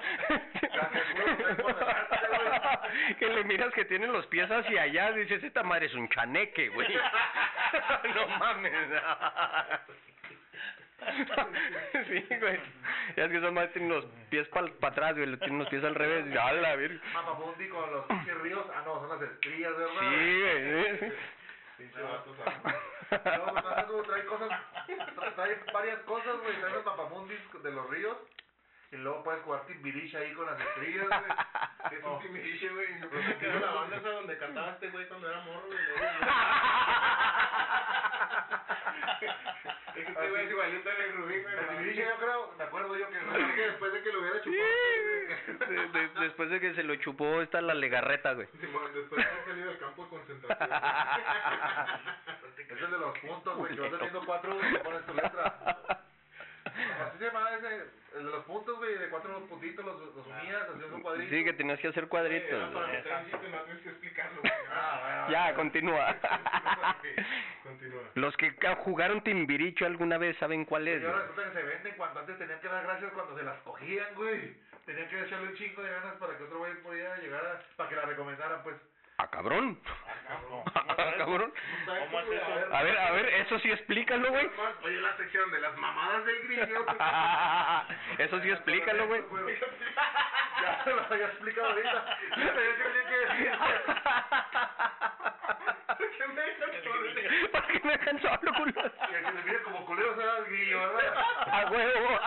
que le miras que tiene los pies hacia allá, dices, esta madre es un chaneque, güey. no mames. sí, güey. Ya es que esa madre tiene los pies para atrás, güey, tiene los pies al revés. A la verga.
Mapamundi con los pinches ríos. Ah, no, son las estrías, ¿verdad?
Sí, güey.
Pinche vato, ¿sabes?
No, pues, anda como trae cosas, tra- trae varias cosas, güey, trae los papamundis de los ríos, y luego puedes jugar timbiriche ahí con las estrellas, güey.
Es
Oh.
un timiche, güey. Yo creo que era la banda esa donde cantaba este güey cuando era morro, güey. Es que este güey es igualito al Rubín, güey.
El timbiriche yo creo, me acuerdo yo que
Creo que después de que lo hubiera
Sí.
chupado,
De-
güey.
de- después de que se lo chupó, está la legarreta, güey.
Simón, después de haber salido del campo de concentración. güey.
es el de los puntos, güey, que vas teniendo cuatro, güey, le pones tu letra. Así se llama ese, el de los puntos, güey, de cuatro puntitos, los, los unías, hacías un cuadrito.
Ah. Sí, que tenías que hacer
Era
cuadritos.
para
güey.
meter un chiste, no tienes que explicarlo, güey.
Ah, bueno,
Ya, continúa.
Continúa.
Los que ca- jugaron timbiricho alguna vez saben cuál es.
Y ahora
güey?
resulta que se venden cuando antes tenían que dar gracias cuando se las cogían, güey. Tenían que echarle un chingo de ganas para que otro güey pudiera llegar a... para que la recomendaran, pues.
Ah, cabrón.
¿Cómo
Ah, cabrón.
¿Cómo es eso?
A ver, a ver, eso sí explícalo, güey.
Oye, la sección de las mamadas del grillo.
Eso sí explícalo, güey.
Ya se lo había explicado ahorita. Ya sabía que tenía que decir.
¿Qué me dejan con el grillo?
¿Por qué me dejan solo, culo?
Que el que se mire como culero será el grillo, ¿verdad?
A huevo.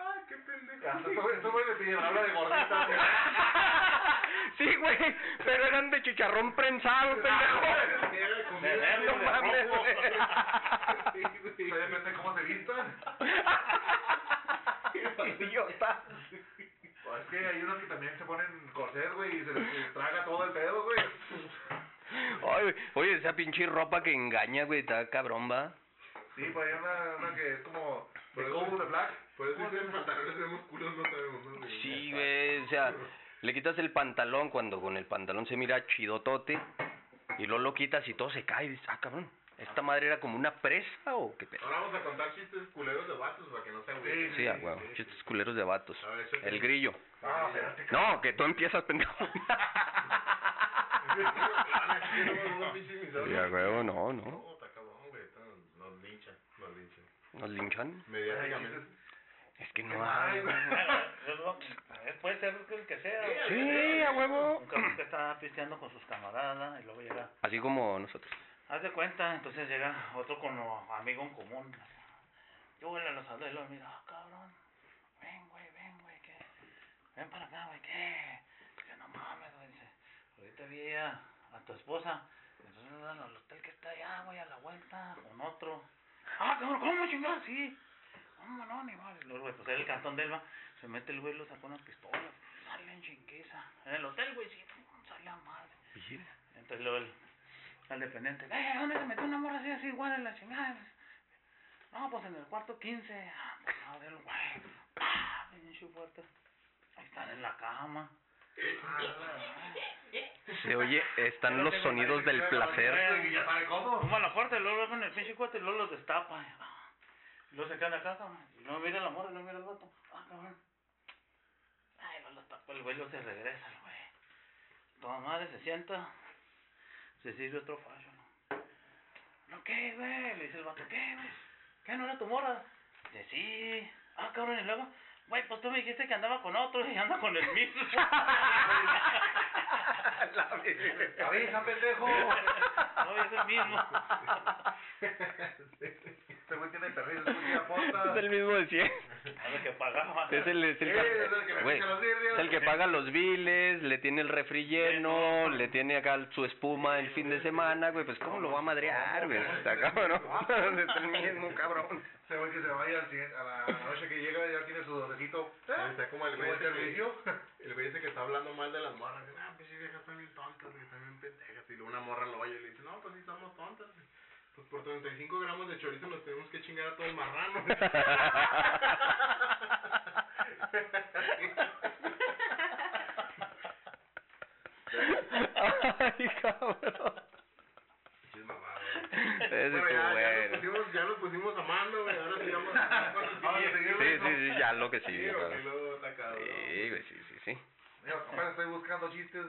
Ay, qué pendejo.
Ya, Estos güey- estos güeyes
pidieron, habla de gorditas.
¿eh?
güey.
Sí, güey, pero eran de chicharrón prensado, pendejo.
Era de comida,
De verde,
güey.
de
mames,
rojo.
Sí, güey. Pero Depende de cómo se vistan.
Idiota.
O Pues es que hay unos que también se ponen coser, güey, y se les traga todo el pedo, güey.
Ay, güey, oye, esa pinche ropa que engaña, güey, está cabrón, va.
Sí, por ahí hay una, una que es como de Gold de Black.
Por eso dicen pantalones de músculos, no sabemos, ¿no? güey?
Sí, güey, o sea, le quitas el pantalón cuando con el pantalón se mira chidotote y luego lo quitas y todo se cae. y dices, ah, cabrón, esta madre era como una presa o qué pedo.
Ahora vamos a contar chistes culeros de vatos para que no se
Sí,
agüiten.
Sí, ah, huevo, chistes culeros de vatos.
A ver, échate.
El grillo.
Ah, espérate.
No, que tú empiezas, pendejo.
Ah,
Sí, a huevo, no, no.
No, está cabrón, güey. está- Nos linchan, nos linchan.
¿Nos linchan?
Mediáticamente.
Es que no hay.
Bueno, pues, no, pues, puede ser el que sea. güey.
Sí, a huevo.
Un cabrón que está pisteando con sus camaradas y luego llega.
Así como nosotros.
Haz de cuenta, entonces llega otro con o- amigo en común. Yo vuelo a los saludos y luego mira, ah, cabrón. Ven, güey, ven, güey, ¿qué? Ven para acá, güey, ¿qué? Yo no mames, güey. Dice, ahorita vi a, a tu esposa. Entonces no, no, al hotel que está allá, güey, a la vuelta, con otro. Ah, cabrón, ¿cómo chingada? Sí. ¿Cómo no, ni madre? Luego, güey, pues era el cantón de Elba. Se mete el güey, lo sacó una pistola. Sale en chingueza. En el hotel, güey, sí, sale la madre. Entonces luego el, al dependiente, eh, ¿dónde se metió una morra así, así, igual en la chingada? No, pues en el cuarto 15. Ah, pues, a ver, güey. Ah, pinche puerta. Ahí Están en la cama.
Se oye, están los sonidos del placer.
Y ya sabe cómo.
Toma la puerta y luego con el pinche cuate y luego los destapa. Ah, y Luego se queda en la casa, güey. y luego mira la morra y luego mira el vato. Ah, cabrón. Ay, luego lo tapa el güey, luego se regresa el güey. Toda madre se sienta. Se sirve otro fallo, ¿no? ¿No qué, güey? Le dice el vato, ¿qué, güey? ¿Qué no era tu morra? Dice, sí. Ah, cabrón, y luego, güey, pues tú me dijiste que andaba con otro y anda con el mismo.
¡Avisa, pendejo!
no, es el mismo.
Este güey tiene permiso, este güey tiene aporta.
Es el mismo de siempre.
A lo que pagaba.
Es el, es el,
Sí, es el que me
güey,
pica los vidrios.
es el que paga los biles, le tiene el refri lleno, le tiene acá su espuma el fin de semana, güey, pues cómo lo va a madrear, güey, está cabrón, es el mismo cabrón.
Este güey que se vaya al siguiente- a la noche que llega ya tiene su docecito.
Está como el
Como
güey
el
ese que-
servicio.
El güey dice que está hablando mal de las morras. Dice, ah, pues sí, viejas están bien tontas, güey, están bien pendejas. Y luego una morra lo oye y le dice, no, pues sí, somos tontas. güey. Pues por 35 gramos de chorizo nos tenemos que chingar a todo el marrano.
Ay, cabrón.
Sí, mamada,
Ese
güey. Bueno, ya, ya nos
es bueno.
pusimos, ya nos pusimos a mano, güey. Ahora sigamos
Ahora seguimos.
Sí, sí, sí, ya lo que sí,
Sí, porque
cabrón.
luego está cabrón. Eh,
Sí, güey, sí, sí, sí.
Mira, papá, estoy buscando chistes.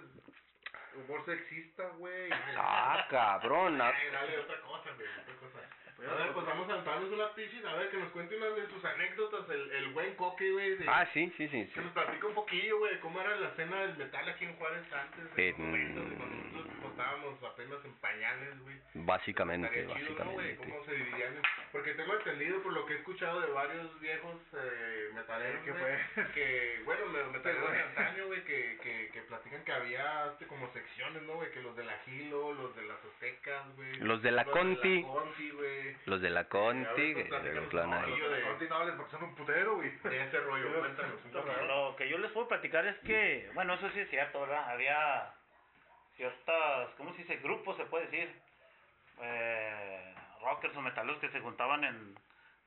Humor sexista, güey.
Ah, cabrón. ah,
Ay, dale otra cosa, güey, otra cosa. A ver, pues vamos a saltarnos unas pichis, a ver, que nos cuente unas de sus anécdotas, el, el buen coque, güey, de-
Ah, sí, sí, sí,
que
sí.
nos platique un poquillo, güey, cómo era la escena del metal aquí en Juárez antes, de
En-
los noventas, de cuando
mm.
nosotros pues, estábamos apenas en pañales, güey.
Básicamente,
Estaría chido, ¿no, güey?
básicamente.
¿Cómo se dividían? Porque tengo entendido por lo que he escuchado de varios viejos eh, metaleros,
¿Qué
güey,
fue?
que, bueno, me- metaleros de
güey.
antaño, güey, que, que, que platican que había este, como secciones, ¿no, güey? Que los de la Gilo, los de las Aztecas, güey.
Los de la
Los de
Conti.
la Conti, güey.
Los de la
A ver,
Conti,
pues,
que
platícanos
los van
un
a-
poquillo de-
Continuables porque son un putero, güey.
de ese rollo, cuéntanos un
Lo
poco.
que, lo que yo les puedo platicar es que, bueno, eso sí es cierto, ¿verdad? Había ciertas, ¿cómo se dice? Grupos, se puede decir, eh, rockers o metaleros que se juntaban en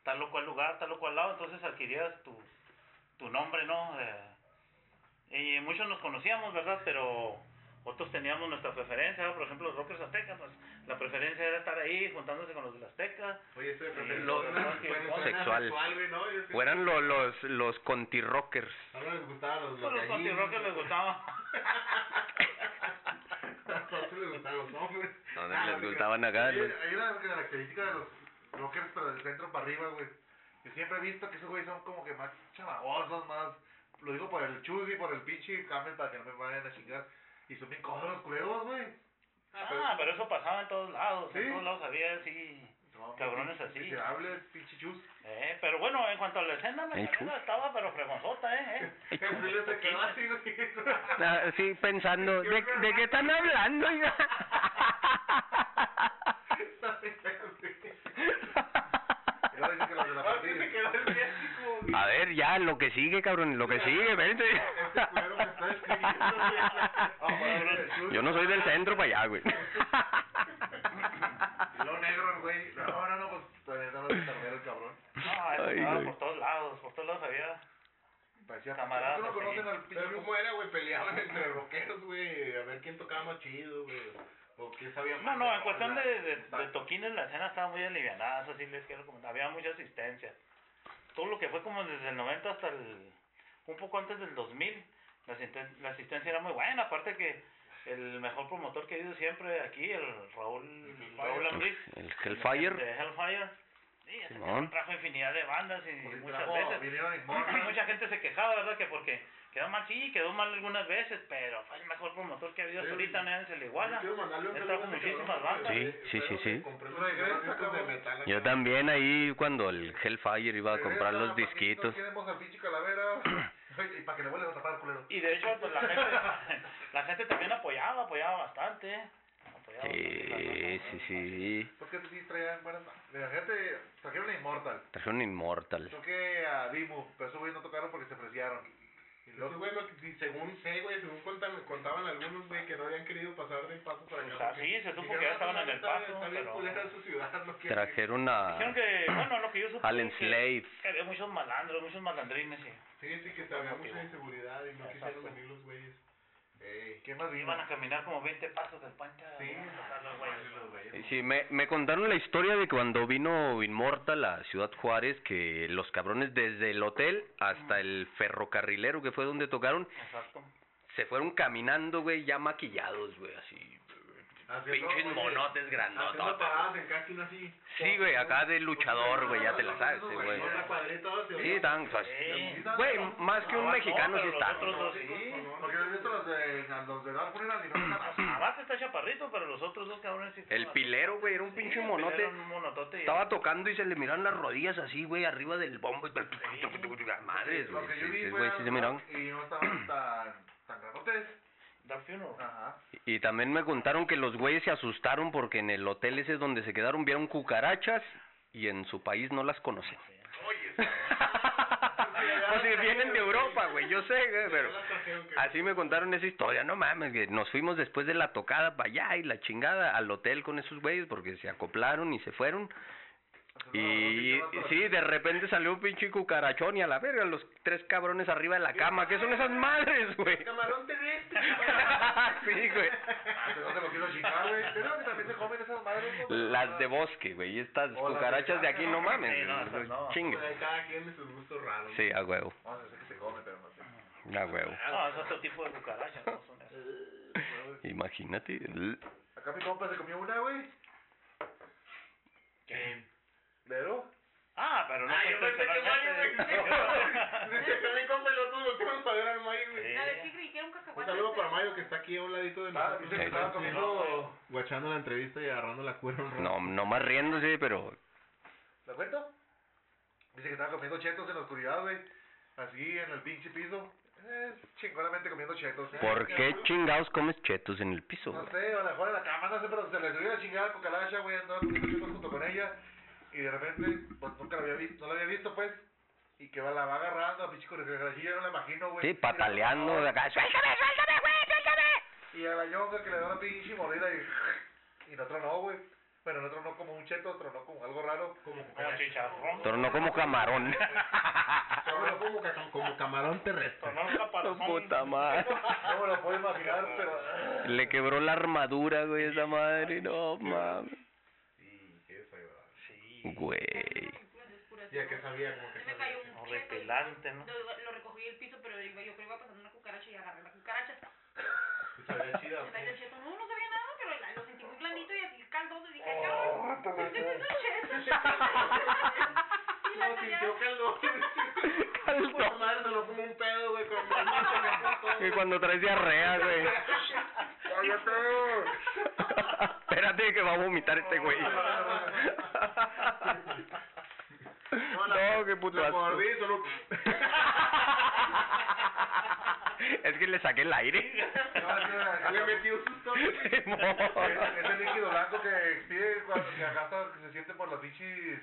tal o cual lugar, tal o cual lado, entonces adquirías tu, tu nombre, ¿no? Eh, y muchos nos conocíamos, ¿verdad? Pero otros teníamos nuestra preferencia, ¿verdad? por ejemplo, los rockers aztecas, pues la preferencia era estar ahí juntándose con los de la azteca.
Oye, estoy aprendiendo.
Lo-
¿no?
lo-
Bueno, suena
sexual.
güey, ¿no? Yo sé-
O eran lo- los, los conti-rockers.
Ahora les gustaban los
Pues los
gallines.
antirrockers les gustaba.
Entonces les gustaban los hombres.
No,
Ah,
les
porque
gustaban acá.
Hay,
los-
hay una característica de los rockers, pero del centro para arriba, güey. Que siempre he visto que esos güeyes son como que más chavagosos, más. Lo digo por el chus y por el pinche cambio para que no me vayan a chingar. Y son bien codos los culeros, güey.
Ah, pero eso pasaba en todos lados,
Sí.
en todos lados había así.
Son
Cabrones así.
Miserables, pinche chus.
Eh, pero bueno, en cuanto a la escena,
Ey,
me
chus.
estaba pero fregonzota, eh, eh.
Ey,
El Julio se quedó así, güey.
Ah, sí, pensando, ¿de, de qué están hablando? oiga?
Y luego dice que los de la
Ahora sí
pandilla.
se quedó el viático, güey.
A ver, ya, lo que sigue, cabrón, lo que sigue, espérense.
Este culero me está escribiendo, güey. Ah, bueno,
Yo no soy del centro para allá, güey.
Y Lo negro, güey. No, no, no, pues todavía estaba de tardero el cabrón.
No, eso
Ay,
estaba
güey.
por todos lados, por todos lados había.
Parecía
Camaradas,
¿Tú no conocen
así.
al
Pero
pinche
cómo era, güey, peleaban entre rockeros, güey, a ver quién tocaba más chido, güey, o quién sabía
No,
más.
no, en
rola.
cuestión de, de, de
Exacto.
toquines la escena estaba muy alivianada, eso sí les quiero comentar. Había mucha asistencia. Todo lo que fue como desde el 90 hasta el... un poco antes del 2000, la, asisten- la asistencia era muy buena, aparte que el mejor promotor que he ido siempre aquí, el Raúl,
Hellfire.
Raúl Ambriz.
El Hellfire.
De Hellfire. Sí, ese
Simón.
cabrón trajo infinidad de bandas y
Pues,
muchas
trajo-
veces.
Vinieron en
Y
morra.
mucha gente se quejaba, ¿verdad? Que porque quedó mal, sí, quedó mal algunas veces, pero fue el mejor promotor que ha habido
Sí.
hasta ahorita, nadie se le
Yo
iguala.
quiero mandarle un
Él
saludo
trajo
a ese
muchísimas
cabrón,
bandas.
güey.
Sí, sí, sí,
Espero
sí.
que compré los
Regresa,
discos de
cabrón.
metal
Yo
acá.
también ahí, cuando el Hellfire iba a comprar
Regresa,
los
Paquito,
disquitos.
Queremos al pinche calavera. Oye, Y para que le vuelvan a tapar, culero.
Y de hecho, pues la gente, la gente también apoyaba, apoyaba bastante. Apoyaba
Sí, sí, sí.
Porque sí traían buenas. Mira, fíjate, trajeron a Immortal.
Trajeron Immortal.
Toqué a Dimu, pero esos güeyes no tocaron porque se ofrecieron.
Y luego, güey, lo que- y según sé, güey, según contan, contaban algunos, güey, que no habían querido pasar del paso para acá.
Pues así,
porque
se supo
dijeron,
que ya
"Ah,
estaban
no,
en el
está-
paso,
Está bien
pero-
culera su ciudad, no quieren que-
Trajeron a
Dijeron que, bueno, lo que yo supe.
Allen
es que-
Slave.
que había muchos malandros, muchos malandrines, y
Sí, sí, que había
motivo.
mucha inseguridad y no quisieron
Exacto.
venir los güeyes. Ey.
¿Quién más vino?
iban a caminar como 20 pasos del puente. a-
Sí,
a pasar los güeyes.
los güeyes.
Sí, me, me contaron la historia de cuando vino Inmortal a Ciudad Juárez, que los cabrones desde el hotel hasta el ferrocarrilero, que fue donde tocaron,
Exacto.
se fueron caminando, güey, ya maquillados, güey, así.
Haciendo,
Pinches
oye,
monotes
Haciendo
grandototes.
paradas en cada esquina así.
Sí, güey, acá de luchador, güey, ya te la sabes, sí, güey.
Con la cuadrita, todos se
Sí,
oían.
tan, pues,
Sí.
güey, más que un
Ah,
mexicano sí
no, pero
está.
los otros dos sí.
Porque los visto los de los de Dark Funeral y no me
Ah,
Abate está chaparrito, pero los otros dos cabrones sí.
El
estaban-
pilero, güey, era un
Sí,
pinche
el
monote.
pilero era un monotote y-
Estaba tocando y se le miraban las rodillas así, güey, arriba del bombo. y- pues, Madres,
Lo
güey.
que yo
sí,
vi
sí,
fue
güey, sí se miraban.
algo y no estaban tan, tan grandotes.
Dark Funeral.
Ah.
Ajá.
Y también me contaron que los güeyes se asustaron porque en el hotel ese donde se quedaron vieron cucarachas y en su país no las conocen.
Oye,
pues si vienen de Europa, güey, yo sé, güey, pero así me contaron esa historia, no mames, que nos fuimos después de la tocada para allá y la chingada al hotel con esos güeyes porque se acoplaron y se fueron. Y sí, de repente salió un pinche cucarachón y a la verga, los tres cabrones arriba de la cama. ¿Qué son esas madres, güey?
camarón terrestre.
sí, güey.
Ah, pero no te lo quiero chingar, güey. Pero que también se comen esas madres. ¿no?
Las de bosque, güey. Estas
O las de
cucarachas de aquí no
Sí,
mames.
no, esas
güey,
no.
Chingue.
Cada quien de sus gustos raros.
Sí, a huevo,
Ah, No, sé que se come, pero no sé.
a huevo.
Ah, No, es otro tipo de cucarachas, no son esas.
Imagínate. l-
Acá mi compa se comió una, güey.
¿Qué?
¿Pero?
Eh, Ah, pero no
Ah,
fue
yo pensé que Mario me
intencionalmente.
Dice que mi compa lo tuvo, quiero saber al Mario, güey.
A ver, Tigre, quiero un cacahuate.
Un saludo para Mayo que está aquí a un ladito de
Estaba, ah, dice que estaba
nosotros.
comiendo...
Guachando la entrevista y agarrando la cuerda. un rato.
No, no más riéndose, pero
¿Lo cuento? Dice que estaba comiendo chetos en la oscuridad, güey. Así, en el pinche piso. Eh, chingonamente comiendo chetos.
¿por qué chingados comes chetos en el piso,
No
güey?
sé, a lo mejor en la cama, no sé, pero se le subió la chingada con calacha, güey, andaba comiendo chetos junto con ella. Y de repente, pues nunca la había visto, no la había visto, pues. Y que va, la va agarrando, pinche con el yo no la imagino, güey.
Sí, pataleando de acá. ¡Suéltame, suéltame, güey, suéltame!
Y a la yonga que le da una pinche mordida y... Y no tronó, güey. Pero no tronó como un cheto, tronó como algo raro. Como...
Como chicharrón.
Tornó como camarón.
Solo Ah, como, ca- como camarón terrestre.
Tornó un caparazón.
Puta madre.
No me lo puedo imaginar, pero...
Le quebró la armadura, güey, esa madre. No mames.
Sí, qué desagradable.
Sí.
Güey.
Ya que sabía, como que
Se me cayó un cheto y
Horripilante, ¿no?
Lo, lo recogí del piso, pero iba, yo creo que iba pasando una cucaracha y agarré la cucaracha.
Sabía chido.
Se me cayó el cheto. No, no sabía nada, pero la- lo sentí muy blandito y así caldoso. Y dije,
Oh,
"Ay, cabrón, ¿por qué me hizo el cheto? Y la
No,
tenía-
sintió calor. Puta
Caldo.
madre, se lo fumó un pedo, güey. Con...
Y cuando traes diarrea, güey. Espérate que va a vomitar este güey. No, qué puto
Lo
asco.
mordí, solo...
que le saqué el aire.
No, le metí un susto. Es el líquido blanco que expide cuando se agasta, que se siente por las bichis,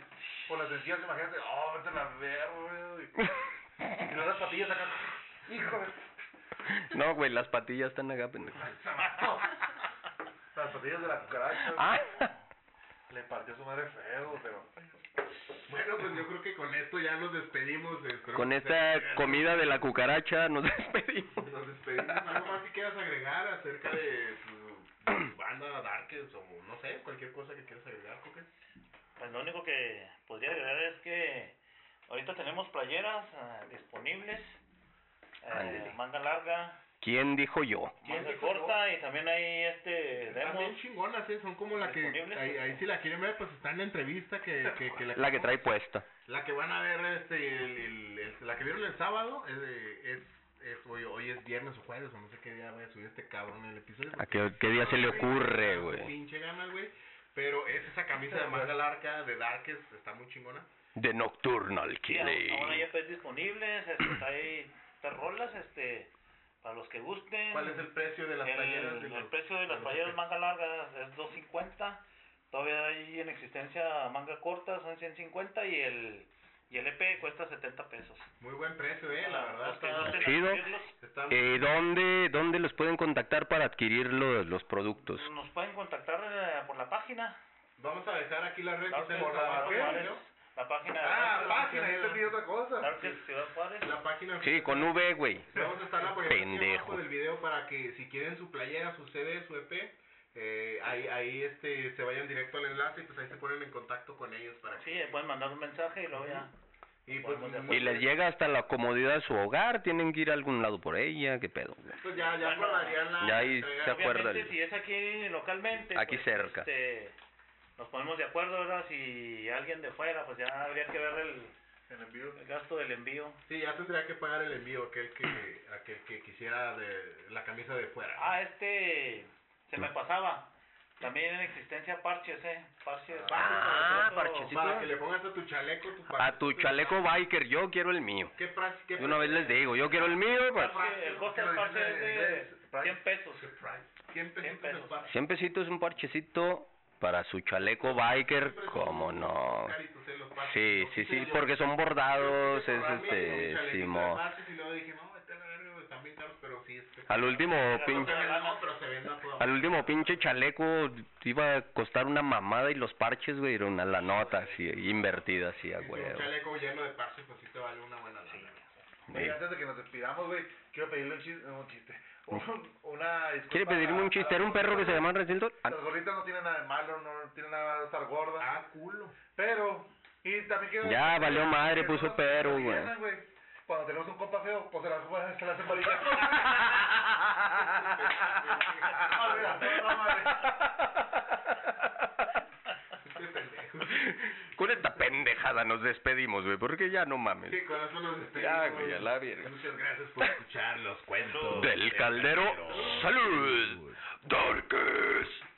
por las encías, imagínate, oh, vete a la verga, y luego las patillas acá, híjole.
No, güey, las patillas están acá, pendejo.
Las patillas de la cucaracha.
Ah,
Le partió su madre feo, pero...
Bueno, pues yo creo que con esto ya nos despedimos. eh, espero
con
que ustedes
esta
hayan-
comida de la cucaracha nos despedimos.
Nos despedimos. ¿Algo más que quieras agregar acerca de tu de tu banda Darkest o no sé, cualquier cosa que quieras agregar, Coque?
Pues lo único que podría agregar es que ahorita tenemos playeras ah, disponibles, eh,
Ándele.
manga larga,
¿Quién dijo yo?
manga corta y también hay este
Están bien
demos.
chingonas, ¿eh? Son como la que...
Disponibles.
Ahí, ahí si la quieren ver, pues está en la entrevista que... que, que la,
La que trae puesta.
La que van a ver, este, el, el- el- la que vieron el sábado, es, de- es, es hoy, hoy es viernes o jueves, o no sé qué día voy a subir este cabrón el episodio.
¿A qué, qué día se le ocurre, güey?
Pinche ganas, güey. Pero es esa camisa de manga larga de Darkest, está muy chingona.
De Nocturnal
Sí, ahora ya
Killing.
pues disponibles, este, hay estas rolas este, para los que gusten.
¿Cuál es el precio de las
el,
playeras? de
el
los-
precio de
los-
las playeras manga largas es 250 todavía hay en existencia manga corta son 150 y el y el EP cuesta 70 pesos
Muy buen precio, eh, la verdad.
Los que
está-
gusten
chido.
adquirirlos,
está-
Eh, ¿dónde, ¿Dónde los pueden contactar para adquirir los, los productos?
nos pueden contactar eh, por la página
Vamos a dejar aquí la red
Dark
social
Side
de la-
Ciudad
¿qué?
Juárez, la página de
Ah,
Dark
página, yo te pido otra cosa.
Side Ciudad Juárez
La página.
Sí, con V, güey.
Vamos a estar apoyando
Pendejo.
abajo del video para que si quieren su playera, su CD, su EP, eh, ahí, ahí este, se vayan directo al enlace y pues ahí se ponen en contacto con ellos para
sí
que...
eh, pueden mandar un mensaje y luego ya
y pues,
podemos
Y les llega hasta la comodidad de su hogar, tienen que ir a algún lado por ella, qué pedo. güey?
pues ya, ya
Bueno,
acordarían la...
ya ahí
entrega.
se acuerda
obviamente
el-
si es aquí localmente
Aquí cerca.
este, nos ponemos de acuerdo ahora si alguien de fuera pues ya habría que ver el
El envío.
El gasto del envío.
Sí, ya tendría que pagar el envío aquel que, aquel que quisiera de la camisa de fuera.
Ah, este. Se me pasaba. También en existencia parches, ¿eh? Parches.
Ah,
para nosotros.
parchecito.
para que le pongas a tu chaleco, tu
A tu chaleco biker, yo quiero el mío.
¿Qué pras- qué
De una vez les digo, yo quiero el mío, pues.
Parche, El costo del parche es de 100 pesos.
¿Quién
100 pesos.
100 pesitos un parchecito para su chaleco biker, cómo no. Sí, sí, sí, porque son bordados, es este, Simón.
Y luego dije, no, vete a la verga, güey, están bien caros, pero sí, este...
Al último,
No
pinche,
se vendan otros, se vendan todos.
al último pinche chaleco iba a costar una mamada y los parches, güey, era una la nota así, invertida así a
Si un
huevo.
chaleco lleno de parches, pues sí te vale una buena lana.
Oye, antes de que nos despidamos, güey, quiero pedirle un chiste. Un chiste. Un- una disculpa
¿Quiere pedirme
a-
un chiste? ¿Era un perro que se llamaba Recinto? Ah,
Las gorritas no tienen nada de malo, no tienen nada de estar gordas.
Ah, culo.
Pero, y también quiero.
Ya, valió madre,
que
puso
no nos
pero,
alivianan,
güey.
Cuando tenemos un compa feo, pues se las juegan, se las hacen bolillas. No, mira, no, madre.
Este pendejo.
Con esta pendejada nos despedimos, güey, porque ya no mames.
Sí, con eso nos despedimos.
Ya, güey, a la verga.
Muchas gracias por escuchar los cuentos
Del Caldero, salud. Darkest.